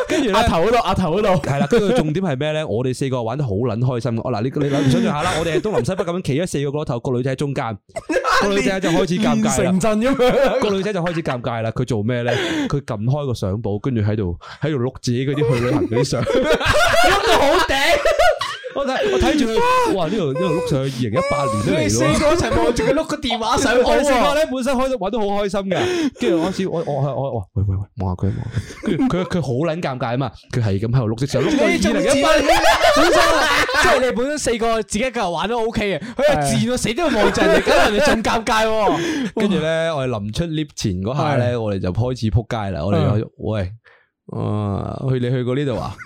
[SPEAKER 3] 跟住咧
[SPEAKER 2] 額。頭嗰度，額頭嗰度。
[SPEAKER 3] 系啦，跟住重點係咩咧？我哋四個玩得好撚開心嘅。哦，嗱，你你諗想象 下啦，我哋係東南西北咁樣企咗四個角落頭，個女仔喺中間，個女仔就開始尷
[SPEAKER 2] 連
[SPEAKER 3] 尬啦
[SPEAKER 2] 城。鎮咁樣，
[SPEAKER 3] 個女仔就開始尷尬啦。佢做咩咧？佢撳開個相簿，跟住喺度喺度碌自己嗰啲去旅行嗰 啲相，碌到好頂。我睇我睇住佢，哇！呢度呢度碌上去二零一八年都嚟
[SPEAKER 1] 四
[SPEAKER 3] 咯。
[SPEAKER 1] 個一齊望住佢碌個電話上
[SPEAKER 3] 我哋四個
[SPEAKER 1] 喎。
[SPEAKER 3] 咧本身開心玩得好開心噶，跟住我開始我我我我我喂喂喂望下佢望下佢，跟住佢佢好撚尷尬啊嘛，佢係咁喺度碌即上碌到二零一八年。
[SPEAKER 1] 本身即係你本身四個自己一個人玩都 OK 嘅，佢係自然到死都要望住人哋，咁人哋仲尷尬喎。
[SPEAKER 3] 跟住咧，我哋臨出 lift 前嗰下咧，我哋就開始扑街啦。我哋
[SPEAKER 2] 嗯
[SPEAKER 3] 就喂，啊，去你去過呢度啊？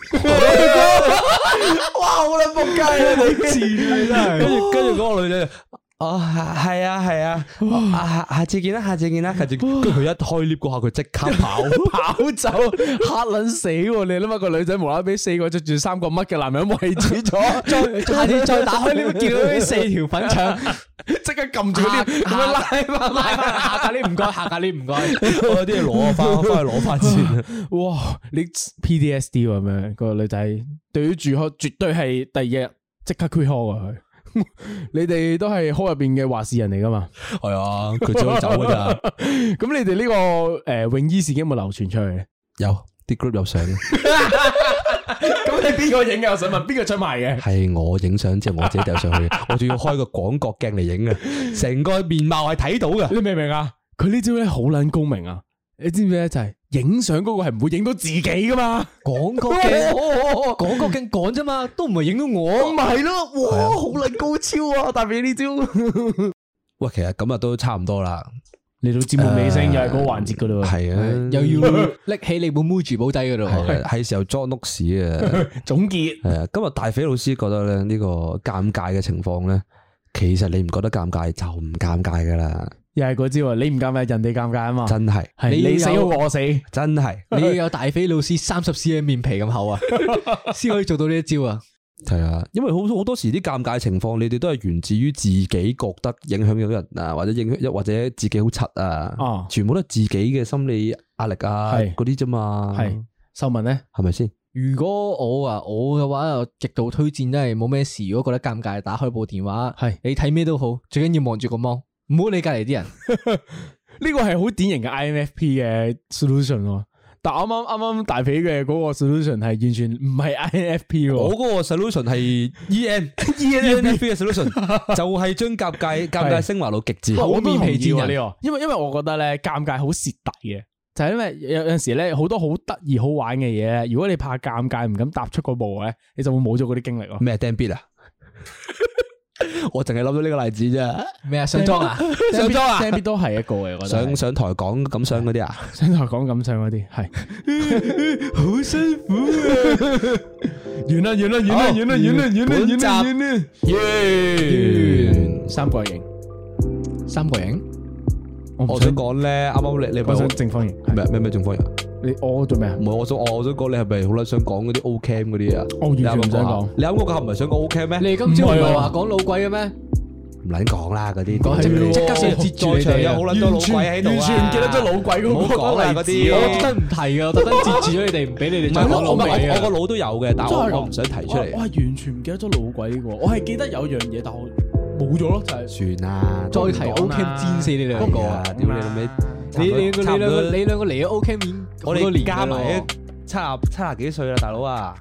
[SPEAKER 2] 哇！好撚仆街啊！你賤
[SPEAKER 3] 跟住跟住嗰個女仔就。哦，係啊，係啊，啊下下次見啦，下次見啦，下次。跟住佢一開 lift 嗰下，佢即刻跑。
[SPEAKER 2] 跑走嚇撚死喎！你諗下個女仔無啦啦俾四個着住三個乜嘅男人圍住咗，
[SPEAKER 1] 再下 次再打開呢個見到呢四條粉腸，
[SPEAKER 2] 即刻撳住嗰啲咁樣拉翻
[SPEAKER 1] 拉翻下架呢唔該，下架呢唔該。
[SPEAKER 3] 我有啲嘢攞翻，我翻去攞翻 先。
[SPEAKER 2] 哇！你 PDSD 喎咁樣個女仔，對於住開絕對係第二日即刻 quit call 啊佢。你哋都係 call 入邊嘅話事人嚟噶 嘛？
[SPEAKER 3] 係啊，佢 只可以走噶咋。
[SPEAKER 2] 咁你哋呢、個誒、呃泳衣事件有冇流傳出去？
[SPEAKER 3] 有啲 group 有相，
[SPEAKER 2] 咁你邊個影嘅？我想問邊個出賣嘅？
[SPEAKER 3] 係我影相之後我自己掉上去嘅，我仲要開個廣角鏡嚟影嘅，成個面貌係睇到嘅。
[SPEAKER 2] 你明唔明啊？佢呢招咧好撚高明啊！你知唔知咧？就係影相嗰個係唔會影到自己噶嘛？
[SPEAKER 1] 廣 告鏡，廣告鏡講啫嘛，都唔係影到我。
[SPEAKER 2] 係咯，哇！好撚高超啊！大髀呢招，
[SPEAKER 3] 喂，其實咁啊都差唔多啦。
[SPEAKER 2] 嚟到節目尾聲又係嗰個環節噶啦喎。
[SPEAKER 3] 係啊，
[SPEAKER 1] 又要拎起你本 Muji 簿仔嗰度喎。
[SPEAKER 3] 係係時候 join 屋屎啊！
[SPEAKER 2] 總結
[SPEAKER 3] 係啊，今日大肥老師覺得咧呢個尷尬嘅情況咧，其實你唔覺得尷尬就唔尷尬噶啦，
[SPEAKER 2] 又係嗰招啊！你唔尷尬，人哋尷尬啊嘛。
[SPEAKER 3] 真係
[SPEAKER 2] 係
[SPEAKER 1] 你
[SPEAKER 2] 你死
[SPEAKER 1] 有
[SPEAKER 2] 好過我死，係
[SPEAKER 3] 真 係
[SPEAKER 1] 你要有大飛老師三十 cm 面皮咁厚啊，先可以做到呢一招啊！
[SPEAKER 3] 係啊，因為好好多時啲尷尬情況，你哋都係源自於自己覺得影響到人啊，或者影響，或者自己好柒啊，
[SPEAKER 2] 哦
[SPEAKER 3] 全部都係自己嘅心理壓力啊，
[SPEAKER 2] 係
[SPEAKER 3] 嗰啲啫嘛，
[SPEAKER 2] 秀文咧，
[SPEAKER 3] 係咪先？
[SPEAKER 1] 如果我啊，我嘅話我極度推薦，真係冇咩事。如果覺得尷尬，打開部電話，
[SPEAKER 2] 係
[SPEAKER 1] 你睇咩都好，最緊要望住個芒，唔好理隔離啲人。
[SPEAKER 2] 呢個係好典型嘅 INFP 嘅 solution 喎。但啱啱啱啱大肥嘅嗰個 solution 係完全唔係 INFP
[SPEAKER 3] 我
[SPEAKER 2] 喎。
[SPEAKER 3] 嗰個 solution 係 E N E N F 嘅 solution，就係將尷尬尷尬升華到極致。
[SPEAKER 1] 好面皮
[SPEAKER 2] 我都同意
[SPEAKER 1] 賤
[SPEAKER 2] 喎
[SPEAKER 1] 人
[SPEAKER 2] 呢個，因為因為我覺得咧尷尬好蝕底嘅，就係因為有有阵时咧，好多好得意好玩嘅嘢咧，如果你怕尷尬唔敢踏出嗰步咧，你就會冇咗嗰啲經歷咯。
[SPEAKER 3] 咩 Dan Bit 啊？我淨係諗到呢個例子啫，
[SPEAKER 1] 咩啊？上妆 啊？
[SPEAKER 3] 上咗啊
[SPEAKER 2] s a m 都係一個嘅，我覺得
[SPEAKER 3] 上
[SPEAKER 2] 係。
[SPEAKER 3] 上台講咁想嗰啲 啊，
[SPEAKER 2] 上台講感想嗰啲係好辛苦啊！完啦完啦完啦完啦完啦完啦完啦完啦！
[SPEAKER 3] 完
[SPEAKER 2] 三角形，
[SPEAKER 1] 三角形？
[SPEAKER 2] 我唔
[SPEAKER 3] 我想講咧，啱啱你你
[SPEAKER 2] 我
[SPEAKER 3] 咪
[SPEAKER 2] 想
[SPEAKER 3] 好
[SPEAKER 2] 正方形。係
[SPEAKER 3] 咩咩咩仲方人？啊
[SPEAKER 2] 你我做咩啊
[SPEAKER 3] 唔？係，我想我我想講你係咪好撚想講嗰啲 O Cam 嗰啲啊？
[SPEAKER 2] 我完全唔想
[SPEAKER 3] 你啱啱
[SPEAKER 2] 講
[SPEAKER 3] 啊你啱啱嗰個係唔係想講 O Cam 咩？
[SPEAKER 1] 你今朝
[SPEAKER 2] 唔
[SPEAKER 1] 唔
[SPEAKER 2] 係喎
[SPEAKER 1] 係話講老鬼嘅咩？
[SPEAKER 3] 唔撚講啦嗰啲，
[SPEAKER 1] 講即
[SPEAKER 2] 係喎
[SPEAKER 1] 即刻想截住
[SPEAKER 3] 在
[SPEAKER 1] 你
[SPEAKER 3] 場有
[SPEAKER 1] 哋
[SPEAKER 3] 好
[SPEAKER 1] 啊！
[SPEAKER 3] 撚多老鬼喺度啊！
[SPEAKER 2] 完全唔記得咗老鬼
[SPEAKER 3] 唔
[SPEAKER 2] 嗰
[SPEAKER 3] 好
[SPEAKER 2] 個
[SPEAKER 3] 講啦嗰啲
[SPEAKER 1] 我特登唔提嘅，我特登截住咗你哋，唔俾你哋
[SPEAKER 3] 唔
[SPEAKER 1] 再
[SPEAKER 3] 係
[SPEAKER 1] 講
[SPEAKER 3] 我
[SPEAKER 1] 老啊
[SPEAKER 3] 我
[SPEAKER 1] 鬼
[SPEAKER 3] 我我
[SPEAKER 1] 嘅。
[SPEAKER 3] 個腦都有嘅，但
[SPEAKER 2] 啊真係㗎
[SPEAKER 3] 我我唔想提出
[SPEAKER 2] 我我
[SPEAKER 3] 嚟。啊
[SPEAKER 2] 係完全唔記得咗老鬼呢個，我係記得有樣嘢，但我冇咗咯，就係
[SPEAKER 3] 算啦，
[SPEAKER 1] 再提
[SPEAKER 3] 啊都唔
[SPEAKER 1] O
[SPEAKER 3] 講啦
[SPEAKER 1] K 煎死你兩個
[SPEAKER 3] 係
[SPEAKER 1] 啊
[SPEAKER 3] 啊！屌你老味！
[SPEAKER 1] 你你
[SPEAKER 3] 差
[SPEAKER 1] 你
[SPEAKER 3] 唔
[SPEAKER 1] 兩
[SPEAKER 3] 多
[SPEAKER 1] 個你兩個嚟咗 O K 面好
[SPEAKER 3] 我
[SPEAKER 1] 多
[SPEAKER 3] 哋
[SPEAKER 1] 年
[SPEAKER 3] 加埋
[SPEAKER 1] 㗎
[SPEAKER 3] 一
[SPEAKER 1] 咯
[SPEAKER 3] 七啊七啊幾歲啦，大佬啊！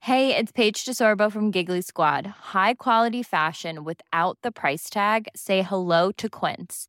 [SPEAKER 5] Hey, it's Paige DeSorbo from Giggly Squad. High quality fashion without the price tag. Say hello to Quince.